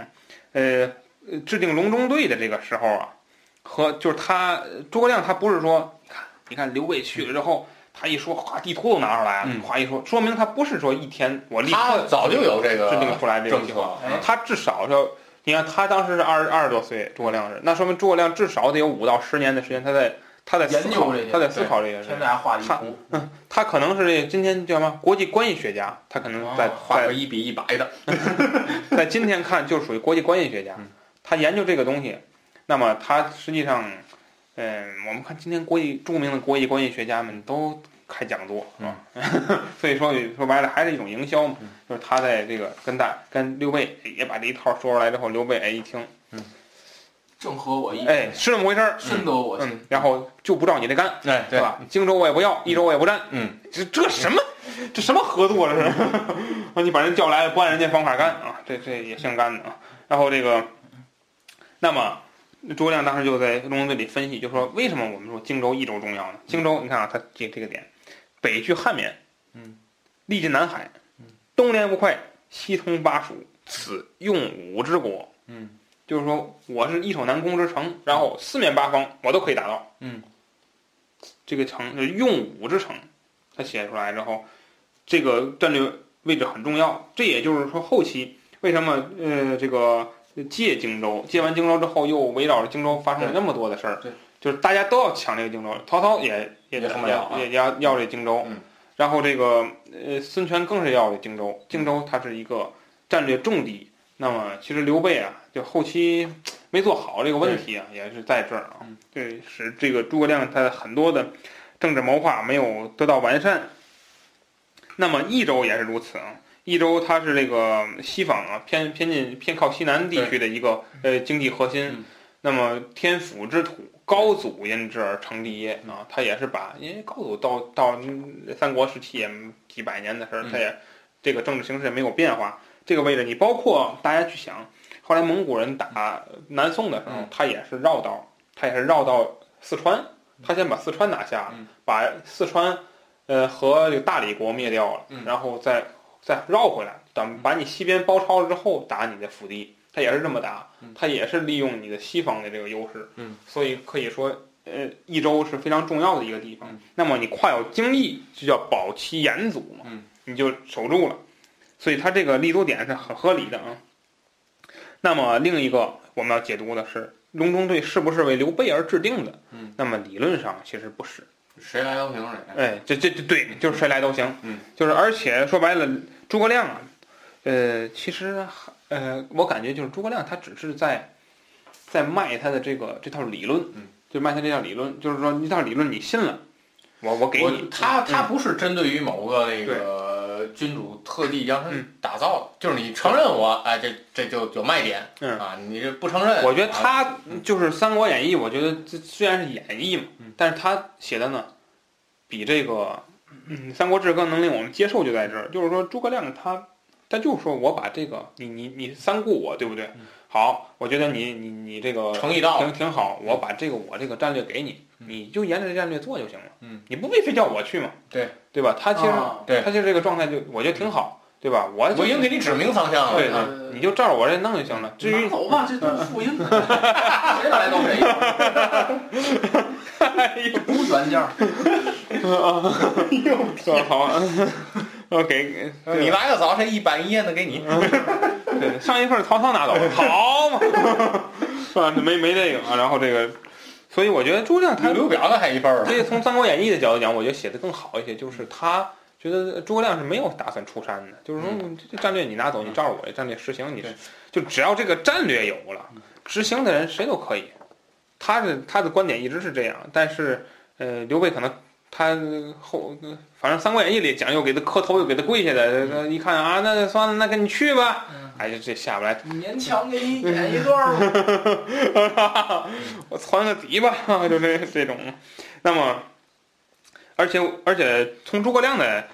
Speaker 1: 呃，呃制定隆中对的这个时候啊，和就是他诸葛亮他不是说，你看你看刘备去了之后，他一说，哗，地图都拿出来了
Speaker 4: 嗯，
Speaker 1: 哗、一说，说明他不是说一天我立
Speaker 4: 他
Speaker 1: 刻
Speaker 4: 早就有这个
Speaker 1: 制定出来这个
Speaker 4: 政
Speaker 1: 计
Speaker 4: 策
Speaker 1: 划，，
Speaker 4: 哎
Speaker 1: 他至少要，你看他当时是二二十多岁，诸葛亮是，那说明诸葛亮至少得有五到十年的时间，他在他在思
Speaker 3: 研
Speaker 1: 考
Speaker 3: 究这些，
Speaker 1: 他在思考这些事
Speaker 3: 天。大画地图，
Speaker 1: 他可能是这今天叫什么国际关系学家，他可能
Speaker 3: 哦
Speaker 1: 在、
Speaker 4: 画个
Speaker 1: 在
Speaker 4: 一比一百的，
Speaker 1: 在今天看就属于国际关系学家，
Speaker 4: 嗯
Speaker 1: 他研究这个东西，那么他实际上，嗯、我们看今天国际著名的国际关系学家们都开讲座，是吧？ 所以说说白了还是一种营销嘛，
Speaker 4: 嗯
Speaker 1: 就是他在这个跟大跟刘备也把这一套说出来之后，刘备哎一听，
Speaker 3: 正合我意，
Speaker 1: 哎是这么回事儿，
Speaker 3: 深得我
Speaker 1: 嗯
Speaker 3: 心。，
Speaker 1: 然后就不照你这干，
Speaker 4: 哎，
Speaker 1: 是吧？荆州我也不要，益州我也不占，
Speaker 4: 嗯，
Speaker 1: 这这什么这什么合作这是？ 啊，你把人叫来不按人家方法干啊，这这也姓干的啊。然后这个，那么诸葛亮当时就在隆中对里分析，就说为什么我们说荆州益州重要呢？荆州你看啊，它这这个点，北距汉绵，
Speaker 4: 嗯，
Speaker 1: 历尽南海，东连吴会，西通巴蜀，此用武之国，
Speaker 4: 嗯。
Speaker 1: 就是说，我是易守难攻之城，然后四面八方我都可以打到。
Speaker 4: 嗯，
Speaker 1: 这个城是用武之城，他写出来之后，这个战略位置很重要。这也就是说，后期为什么呃这个借荆州，借完荆州之后，又围绕着荆州发生了那么多的事儿
Speaker 3: 对，
Speaker 1: 就是大家都要抢这个荆州，曹操也也
Speaker 4: 也
Speaker 1: 也
Speaker 4: 很不了啊
Speaker 1: 也要要这荆州
Speaker 4: 嗯，
Speaker 1: 然后这个呃孙权更是要这荆州，荆州它是一个战略重地。那么其实刘备啊，就后期没做好这个问题啊，也是在这儿啊，对，使这个诸葛亮他的很多的政治谋划没有得到完善。那么益州也是如此啊，益州它是这个西方啊偏偏近偏靠西南地区的一个呃经济核心。
Speaker 4: 嗯
Speaker 1: 那么天府之土，高祖因之而成帝业啊，他也是把因为高祖到到三国时期也几百年的事儿，
Speaker 4: 嗯
Speaker 1: 他也这个政治形势也没有变化。这个位置你包括大家去想，后来蒙古人打南宋的时候
Speaker 4: 嗯，
Speaker 1: 他也是绕道，他也是绕到四川，他先把四川拿下了
Speaker 4: 嗯，
Speaker 1: 把四川呃和这个大理国灭掉了
Speaker 4: 嗯，
Speaker 1: 然后再再绕回来，等把你西边包抄了之后，打你的腹地，他也是这么打
Speaker 4: 嗯，
Speaker 1: 他也是利用你的西方的这个优势，
Speaker 4: 嗯，
Speaker 1: 所以可以说。呃，益州是非常重要的一个地方
Speaker 4: 嗯。
Speaker 1: 那么你跨有京邑，就叫保其严阻嘛，
Speaker 4: 嗯
Speaker 1: 你就守住了。所以它这个立足点是很合理的啊。那么另一个我们要解读的是，隆中对是不是为刘备而制定的？
Speaker 4: 嗯，
Speaker 1: 那么理论上其实不是。
Speaker 4: 谁来都行谁。
Speaker 1: 哎，这这这对，就是谁来都行。
Speaker 4: 嗯，
Speaker 1: 就是而且说白了，诸葛亮啊，呃，其实呃，我感觉就是诸葛亮他只是在在卖他的这个这套理论，
Speaker 4: 嗯，
Speaker 1: 就卖他这套理论，就是说这套理论你信了，我我给
Speaker 4: 我
Speaker 1: 你，
Speaker 4: 他
Speaker 1: 嗯
Speaker 4: 他不是针对于嗯某个那个君主特地量身打造的，就是你承认我，哎，这这就有卖点，
Speaker 1: 嗯
Speaker 4: 啊，你这不承认，
Speaker 1: 我觉得
Speaker 4: 啊
Speaker 1: 他就是《三国演义》，我觉得这虽然是演绎嘛，
Speaker 4: 嗯
Speaker 1: 但是他写的呢，比这个嗯《三国志》更能令我们接受，就在这儿，就是说诸葛亮他他就说我把这个你你你三顾我，对不对？
Speaker 4: 嗯
Speaker 1: 好，我觉得你你你这个
Speaker 4: 诚意到了
Speaker 1: 挺挺好，我把这个我这个战略给你，你就沿着这战略做就行了，
Speaker 4: 嗯，
Speaker 1: 你不必非叫我去嘛，
Speaker 4: 对
Speaker 1: 对吧？他其实、
Speaker 3: 啊
Speaker 4: 对
Speaker 1: 他其实这个状态就我觉得挺好，对吧？我就
Speaker 4: 我已经给你指明方向了，
Speaker 1: 嗯对
Speaker 4: 啊嗯
Speaker 1: 对，你就照着我这弄就行了。至于
Speaker 3: 拿走吧，这都是 复印的，
Speaker 4: 谁来都谁。哎
Speaker 3: 无原件儿。
Speaker 1: 说好啊， 我给
Speaker 4: 你来的早，谁一板一眼的给你。
Speaker 1: 嗯对上一份曹操拿走，好嘛， 啊，没没这个啊，然后这个，所以我觉得诸葛亮他
Speaker 4: 刘刘表那还一辈儿啊呢
Speaker 1: 所以从《三国演义》的角度讲，我觉得写的更好一些，就是他觉得诸葛亮是没有打算出山的，就是说你这战略你拿走，你照着我这战略实行，你
Speaker 4: 嗯对嗯
Speaker 1: 就只要这个战略有了，执行的人谁都可以。他的他的观点一直是这样，但是呃，刘备可能他后反正《三国演义》里讲又给他磕头又给他跪下
Speaker 4: 嗯
Speaker 1: 的，呃一看啊，那就算了，那跟你去吧，哎，这这下不来，
Speaker 3: 你勉强给你演一段 儿吧。
Speaker 1: 我攒个底吧，就这这种。那么，而且而且从诸葛亮的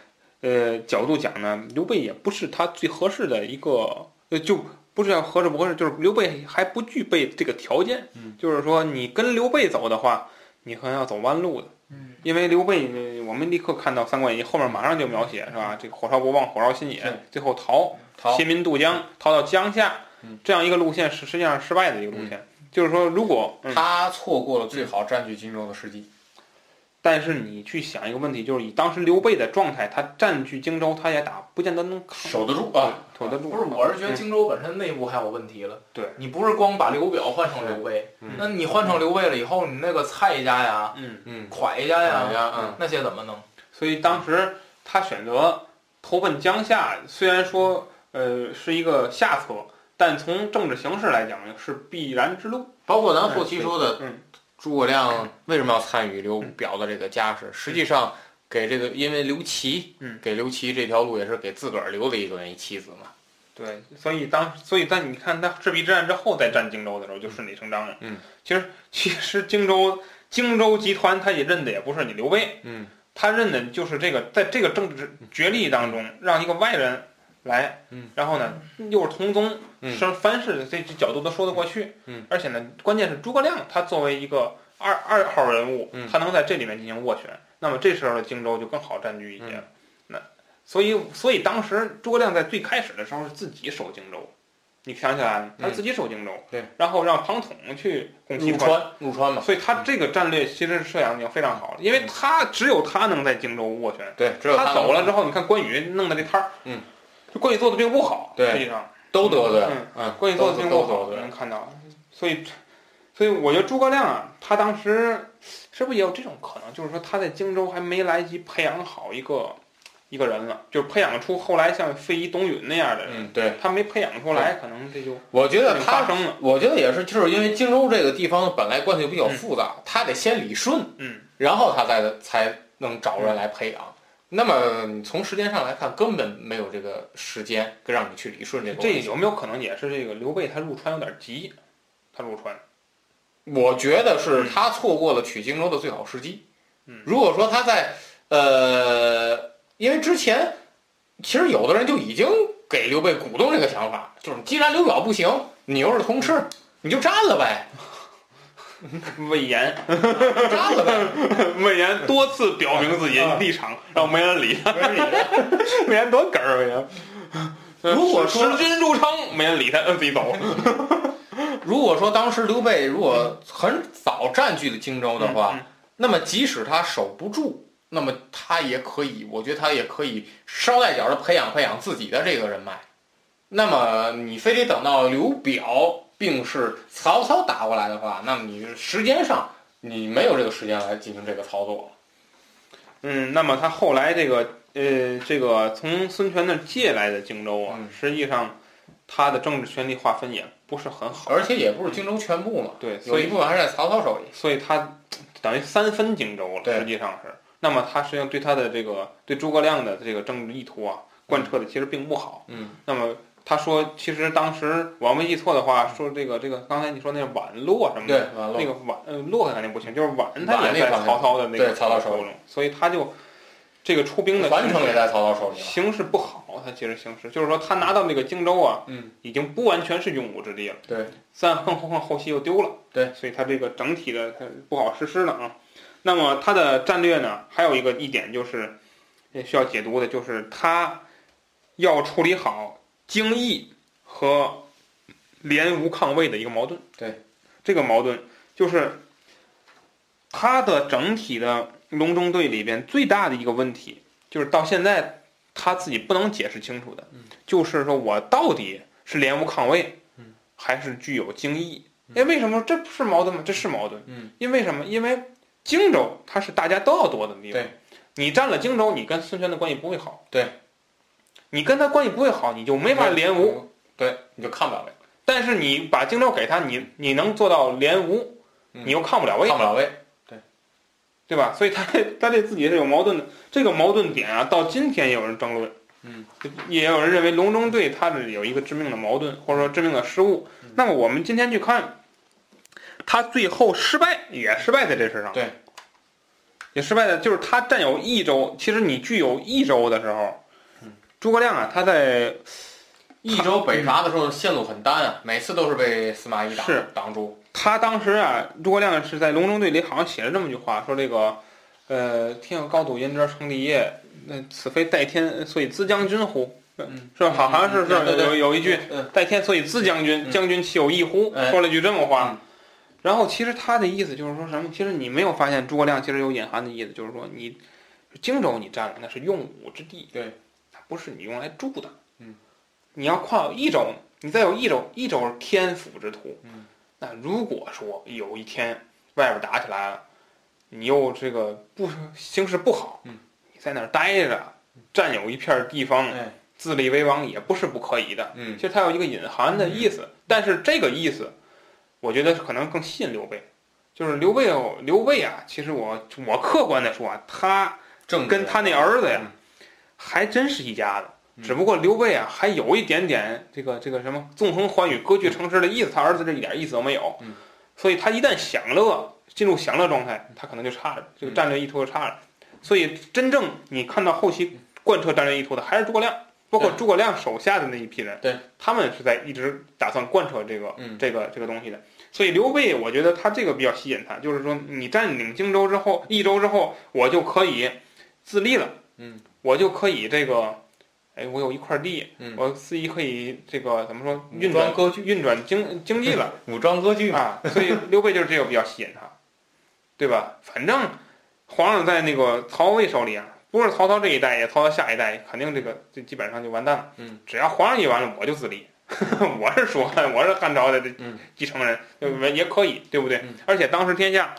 Speaker 1: 呃角度讲呢，刘备也不是他最合适的一个，呃，就不是要合适不合适，就是刘备还不具备这个条件。
Speaker 4: 嗯，
Speaker 1: 就是说你跟刘备走的话，你可能要走弯路的。
Speaker 3: 嗯，
Speaker 1: 因为刘备，呃我们立刻看到《三国演义》后面马上就描写是吧？这个火烧国望，火烧新野
Speaker 4: 是，
Speaker 1: 最后逃，
Speaker 4: 好
Speaker 1: 携，民渡江，逃到江夏
Speaker 4: 嗯，
Speaker 1: 这样一个路线是实际上是失败的一个路线。就是说，如果嗯。
Speaker 4: 他错过了最好占据荆州的时机。
Speaker 1: 但是你去想一个问题，就是以当时刘备的状态，他占据荆州，他也打不见得能扛
Speaker 4: 守得住啊！
Speaker 1: 守得住。
Speaker 3: 不是，我是觉得
Speaker 1: 嗯
Speaker 3: 荆州本身内部还有问题了。
Speaker 1: 对
Speaker 3: 你不是光把刘表换成刘备，
Speaker 4: 嗯
Speaker 3: 那你换成刘备了以后，你那个蔡家呀、
Speaker 1: 嗯，
Speaker 4: 嗯，
Speaker 3: 蒯家
Speaker 4: 蒯家嗯
Speaker 3: 呀，那些怎么弄？
Speaker 1: 所以当时他选择投奔江夏，虽然说呃是一个下策，但从政治形势来讲是必然之路。
Speaker 4: 包括咱后期说的
Speaker 1: 嗯，
Speaker 4: 诸葛亮为什么要参与刘表的这个家事？实际上给这个，因为刘琦，
Speaker 1: 嗯
Speaker 4: 给刘琦这条路也是给自个儿留的一个一妻子嘛。
Speaker 1: 对，所以当所以在你看他赤壁之战之后再占荆州的时候，就顺理成章了。
Speaker 4: 嗯，
Speaker 1: 其实其实荆州荆州集团他也认的也不是你刘备，
Speaker 4: 嗯，
Speaker 1: 他认的就是这个，在这个政治角力当中，让一个外人来，
Speaker 4: 嗯，
Speaker 1: 然后呢，又是同宗，
Speaker 4: 嗯
Speaker 1: 是凡事这这角度都说得过去，
Speaker 4: 嗯，
Speaker 1: 而且呢，关键是诸葛亮他作为一个二二号人物
Speaker 4: 嗯，
Speaker 1: 他能在这里面进行斡旋，那么这时候的荆州就更好占据一些
Speaker 4: 嗯
Speaker 1: 了。那所以，所以当时诸葛亮在最开始的时候是自己守荆州，你想起来了，他是自己守荆州，
Speaker 4: 嗯对，
Speaker 1: 然后让庞统去攻击
Speaker 4: 入
Speaker 1: 关，
Speaker 4: 川，入川嘛，
Speaker 1: 所以他这个战略其实设想已经非常好了，因为他只有他能在荆州斡旋，
Speaker 4: 对，嗯只有
Speaker 1: 他走
Speaker 4: 了，
Speaker 1: 了之后，你看关羽弄的这摊儿，
Speaker 4: 嗯，
Speaker 1: 就关羽做的并不好，
Speaker 4: 对
Speaker 1: 实际上
Speaker 4: 都得罪了
Speaker 1: 嗯，
Speaker 4: 嗯，
Speaker 1: 关羽做的并不
Speaker 4: 都都
Speaker 1: 好
Speaker 4: 得，罪了
Speaker 1: 能看到，所以，所以我觉得诸葛亮啊，他当时是不是也有这种可能，就是说他在荆州还没来及培养好一个一个人了，就是培养出后来像费祎、董允那样的人，
Speaker 4: 嗯，对，
Speaker 1: 他没培养出来，可能这就
Speaker 4: 我觉得
Speaker 1: 发
Speaker 4: 他
Speaker 1: 生了，
Speaker 4: 我觉得也是，就是因为荆州这个地方本来关系就比较复杂，他得先理顺，
Speaker 1: 嗯，
Speaker 4: 然后他再才能找人来培养。那么你从时间上来看，根本没有这个时间让你去理顺这个
Speaker 1: 这
Speaker 4: 问题。
Speaker 1: 有没有可能也是这个刘备他入川有点急，他入川，
Speaker 4: 我觉得是他错过了取荆州的最好时机。
Speaker 1: 嗯
Speaker 4: 如果说他在呃，因为之前其实有的人就已经给刘备鼓动这个想法，就是既然刘表不行，你又是同吃，你就占了呗，
Speaker 1: 魏延
Speaker 4: 占了呗。
Speaker 1: 魏延多次表明自己立
Speaker 4: 啊
Speaker 1: 场，然后没人 理他。
Speaker 4: 没人理
Speaker 1: 魏延多哏儿，魏延。
Speaker 4: 如果说
Speaker 1: 识君入昌，没人理他，呃自己 走。
Speaker 4: 如果说当时刘备如果很早占据了荆州的话，
Speaker 1: 嗯嗯
Speaker 4: 那么即使他守不住，那么他也可以，我觉得他也可以捎带脚的培养培养自己的这个人脉。那么你非得等到刘表并是曹操打过来的话，那么你时间上你没有这个时间来进行这个操作了。
Speaker 1: 嗯，那么他后来这个呃，这个从孙权那儿借来的荆州啊，
Speaker 4: 嗯
Speaker 1: 实际上他的政治权力划分也不是很好。
Speaker 4: 而且也不是荆州全部嘛，
Speaker 1: 对，所
Speaker 4: 有一
Speaker 1: 以
Speaker 4: 部分还是在曹操手里。
Speaker 1: 所以他等于三分荆州了，
Speaker 4: 对
Speaker 1: 实际上是。那么他实际上对他的这个对诸葛亮的这个政治意图啊，贯彻的其实并不好。
Speaker 4: 嗯，
Speaker 1: 那么他说，其实当时我要没记错的话，说这个这个刚才你说那个宛洛什么
Speaker 4: 对
Speaker 1: 的，，
Speaker 4: 完
Speaker 1: 嗯
Speaker 4: 了
Speaker 1: 那。个宛呃洛肯定不行，就是宛他
Speaker 4: 宛
Speaker 1: 也
Speaker 4: 那
Speaker 1: 在
Speaker 4: 方面
Speaker 1: 曹操的那个
Speaker 4: 对曹操手
Speaker 1: 中，所以他就这个出兵的
Speaker 4: 樊
Speaker 1: 形
Speaker 4: 城
Speaker 1: 势
Speaker 4: 也在曹操手里了。
Speaker 1: 形势不好，他其实形势就是说他拿到那个荆州啊，
Speaker 4: 嗯，
Speaker 1: 已经不完全是用武之地了。
Speaker 4: 对，
Speaker 1: 再更何况后期又丢了。
Speaker 4: 对，
Speaker 1: 所以他这个整体的他不好实施了啊。那么他的战略呢，还有一个一点就是也需要解读的，就是他要处理好荆益和联吴抗魏的一个矛盾。
Speaker 4: 对，
Speaker 1: 这个矛盾就是他的整体的隆中队里边最大的一个问题，就是到现在他自己不能解释清楚的，
Speaker 4: 嗯
Speaker 1: 就是说我到底是联吴抗魏，
Speaker 4: 嗯
Speaker 1: 还是具有荆益？哎，为什么这不是矛盾吗？这是矛盾。
Speaker 4: 嗯，
Speaker 1: 因为什么？因为荆州它是大家都要夺的地方。
Speaker 4: 对，
Speaker 1: 你占了荆州，你跟孙权的关系不会好。
Speaker 4: 对，
Speaker 1: 你跟他关系不会好，你就没法联吴。，
Speaker 4: 对，你就看不了魏，
Speaker 1: 但是你把荆州给他，你你能做到联吴，
Speaker 4: 嗯
Speaker 1: 你又抗不了魏。
Speaker 4: 看不了魏。
Speaker 1: 对吧？所以他这他这自己是有矛盾的，这个矛盾点啊，到今天也有人争论，
Speaker 4: 嗯，
Speaker 1: 也有人认为隆中对他这有一个致命的矛盾或者说致命的失误。
Speaker 4: 嗯
Speaker 1: 那么我们今天去看，他最后失败也失败在这事上，
Speaker 4: 对，
Speaker 1: 也失败在就是他占有益州，其实你具有益州的时候，
Speaker 4: 嗯
Speaker 1: 诸葛亮啊，他在
Speaker 4: 益州北伐的时候线路很单啊，每次都是被司马懿挡
Speaker 1: 是
Speaker 4: 挡住。
Speaker 1: 他当时啊，诸葛亮是在隆中对里好像写了这么句话，说这个，呃，天有高祖焉知而成帝业？那此非代天，所以兹将军乎？
Speaker 4: 嗯
Speaker 1: 是吧？好好像是是
Speaker 4: 嗯对对
Speaker 1: 有有一句
Speaker 4: 嗯
Speaker 1: 代天，所以兹将军，
Speaker 4: 嗯
Speaker 1: 将军岂有异乎？
Speaker 4: 哎
Speaker 1: 说了一句这么话
Speaker 4: 嗯。
Speaker 1: 然后其实他的意思就是说什么？其实你没有发现诸葛亮其实有隐含的意思，就是说你荆州你占了，那是用武之地，
Speaker 4: 对，
Speaker 1: 它不是你用来住的。
Speaker 4: 嗯，
Speaker 1: 你要跨有益州呢，你再有益州，益州是天府之徒。
Speaker 4: 嗯，
Speaker 1: 那如果说有一天外边打起来了，你又这个不形势不好，
Speaker 4: 嗯，
Speaker 1: 你在那儿待着，占有一片地方，
Speaker 4: 哎
Speaker 1: 自立为王也不是不可以的。
Speaker 4: 嗯
Speaker 1: 其实它有一个隐含的意思，但是这个意思，我觉得可能更吸引刘备。就是刘备，刘备啊，其实我我客观的说啊，他
Speaker 4: 正
Speaker 1: 跟他那儿子呀
Speaker 4: 嗯，
Speaker 1: 还真是一家的。
Speaker 4: 嗯
Speaker 1: 只不过刘备啊，还有一点点这个这个什么纵横寰宇、割据城池的意思，他儿子这一点意思都没有
Speaker 4: 嗯。
Speaker 1: 所以他一旦享乐，进入享乐状态，他可能就差了，
Speaker 4: 嗯
Speaker 1: 这个战略意图就差了。所以真正你看到后期贯彻战略意图的，还是诸葛亮，包括
Speaker 4: 嗯对
Speaker 1: 诸葛亮手下的那一批人，
Speaker 4: 对，
Speaker 1: 他们是在一直打算贯彻这个
Speaker 4: 嗯
Speaker 1: 这个这个东西的。所以刘备，我觉得他这个比较吸引他，就是说你占领荆州之后，益州之后，我就可以自立了，
Speaker 4: 嗯，
Speaker 1: 我就可以这个哎，我有一块地，
Speaker 4: 嗯
Speaker 1: 我自己可以这个怎么说
Speaker 4: 武
Speaker 1: 运转
Speaker 4: 装
Speaker 1: 割据、运转经经济了
Speaker 4: 武装割据嘛，
Speaker 1: 啊，所以刘备就是这个比较吸引他，对吧？反正皇上在那个曹魏手里啊，不是曹操这一代，也曹操下一代，肯定这个这基本上就完蛋了。
Speaker 4: 嗯，
Speaker 1: 只要皇上一完了，我就自立。 我是说，我是汉朝的这
Speaker 4: 嗯
Speaker 1: 继承人，对不对也可以，对不对
Speaker 4: 嗯？
Speaker 1: 而且当时天下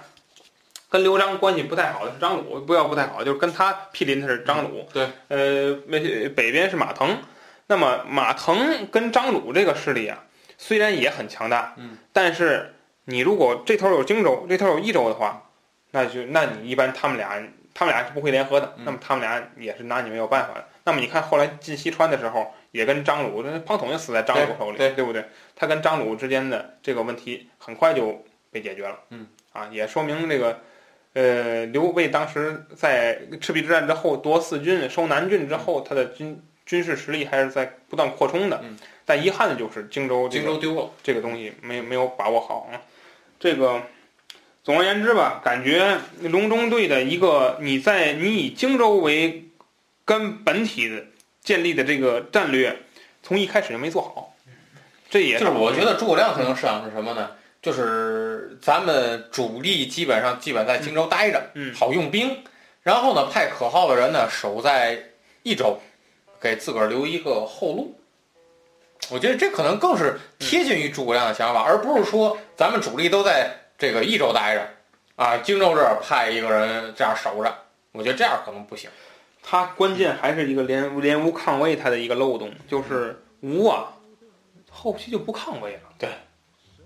Speaker 1: 跟刘璋关系不太好的是张鲁，不要不太好，就是跟他毗邻的是张鲁。
Speaker 4: 对，
Speaker 1: 呃，北北边是马腾，那么马腾跟张鲁这个势力啊，虽然也很强大，
Speaker 4: 嗯，
Speaker 1: 但是你如果这头有荆州，这头有益州的话，那就那你一般他们俩他们俩是不会联合的，
Speaker 4: 嗯
Speaker 1: 那么他们俩也是拿你没有办法的。那么你看后来进西川的时候，也跟张鲁，这庞统就死在张鲁手里，
Speaker 4: 对
Speaker 1: 不对？他跟张鲁之间的这个问题很快就被解决了，
Speaker 4: 嗯，
Speaker 1: 啊，也说明这个。呃，刘备当时在赤壁之战之后夺四郡、收南郡之后，他的军军事实力还是在不断扩充的。
Speaker 4: 嗯
Speaker 1: 但遗憾的就是荆州这
Speaker 4: 荆
Speaker 1: 个
Speaker 4: 州丢了，
Speaker 1: 这个东西没没有把握好啊。这个总而言之吧，感觉隆中对的一个你在你以荆州为根本体的建立的这个战略，从一开始就没做好，这也
Speaker 4: 就是我觉得诸葛亮可能想是什么呢？就是咱们主力基本上基本在荆州待着，
Speaker 1: 嗯
Speaker 4: 好用兵，然后呢派可靠的人呢守在益州，给自个儿留一个后路。我觉得这可能更
Speaker 1: 嗯
Speaker 4: 是贴近于诸葛亮的想法，而不是说咱们主力都在这个益州待着，啊，荆州这儿派一个人这样守着，我觉得这样可能不行。
Speaker 1: 他关键还是一个连连吴抗魏他的一个漏洞，就是吴啊后期就不抗魏了。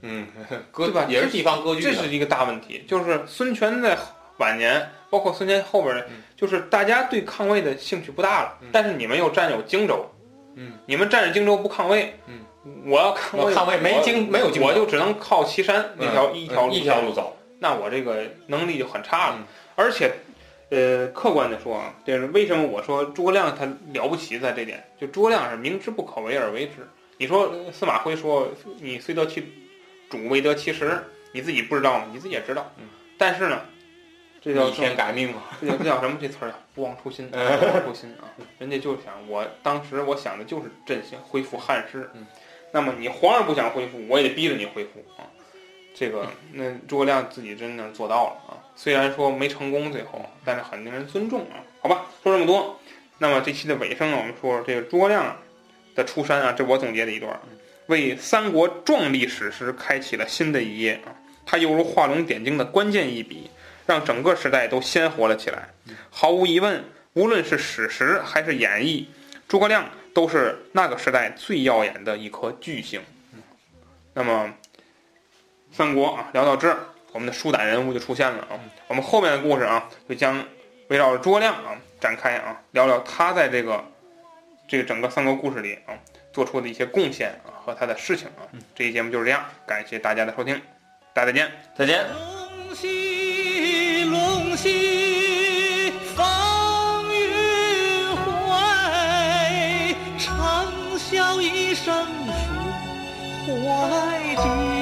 Speaker 4: 嗯， 割
Speaker 1: 对吧
Speaker 4: 也是地方割据
Speaker 1: 这
Speaker 4: 的
Speaker 1: 是一个大问题，就是孙权在晚年，包括孙权后边儿
Speaker 4: 嗯
Speaker 1: 就是大家对抗魏的兴趣不大了，但是你们又占有荆州，
Speaker 4: 嗯，
Speaker 1: 你们占着荆州不抗魏，
Speaker 4: 嗯，
Speaker 1: 我要抗
Speaker 4: 我
Speaker 1: 魏，
Speaker 4: 抗魏没荆没有荆州
Speaker 1: 我就只能靠岐山那条、
Speaker 4: 嗯
Speaker 1: 一条
Speaker 4: 嗯一
Speaker 1: 线
Speaker 4: 条路走，
Speaker 1: 那我这个能力就很差了。
Speaker 4: 嗯
Speaker 1: 而且，呃，客观的说啊，这是为什么我说诸葛亮他了不起在这点，就诸葛亮是明知不可为而为之。你说呃司马徽说你虽得其主，未得其时，你自己不知道吗？你自己也知道。
Speaker 4: 嗯
Speaker 1: 但是呢，这叫
Speaker 4: 逆天改命嘛。
Speaker 1: 这叫这叫什么？这词儿啊，不忘初心，不忘初心啊！人家就想，我当时我想的就是振兴恢复汉室。
Speaker 4: 嗯
Speaker 1: 那么你皇上不想恢复，我也得逼着你恢复啊！这个，那诸葛亮自己真的做到了啊！虽然说没成功最后，但是很令人尊重啊！好吧，说这么多，那么这期的尾声呢，我们说这个诸葛亮的出山啊，这我总结的一段儿，为三国壮丽史诗开启了新的一页啊！他犹如画龙点睛的关键一笔，让整个时代都鲜活了起来。毫无疑问，无论是史实还是演绎，诸葛亮都是那个时代最耀眼的一颗巨星。那么，三国啊，聊到这儿，我们的舒胆人物就出现了啊。我们后面的故事啊，就将围绕着诸葛亮啊展开啊，聊聊他在这个这个整个三国故事里啊做出的一些贡献啊和他的事情啊。这期节目就是这样，感谢大家的收听，大家再见。
Speaker 4: 再见。
Speaker 6: 龙兮龙兮，风雨回，长啸一声复怀瑾。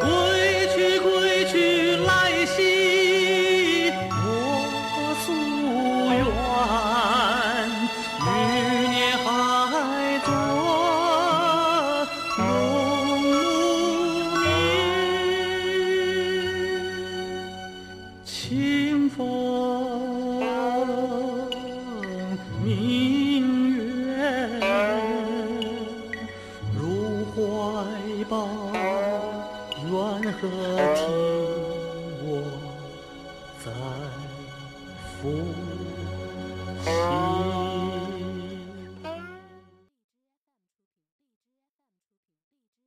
Speaker 6: 归去归去来兮，我夙愿，余年还做农奴女，清风明月入怀抱，缘何听我在抚琴？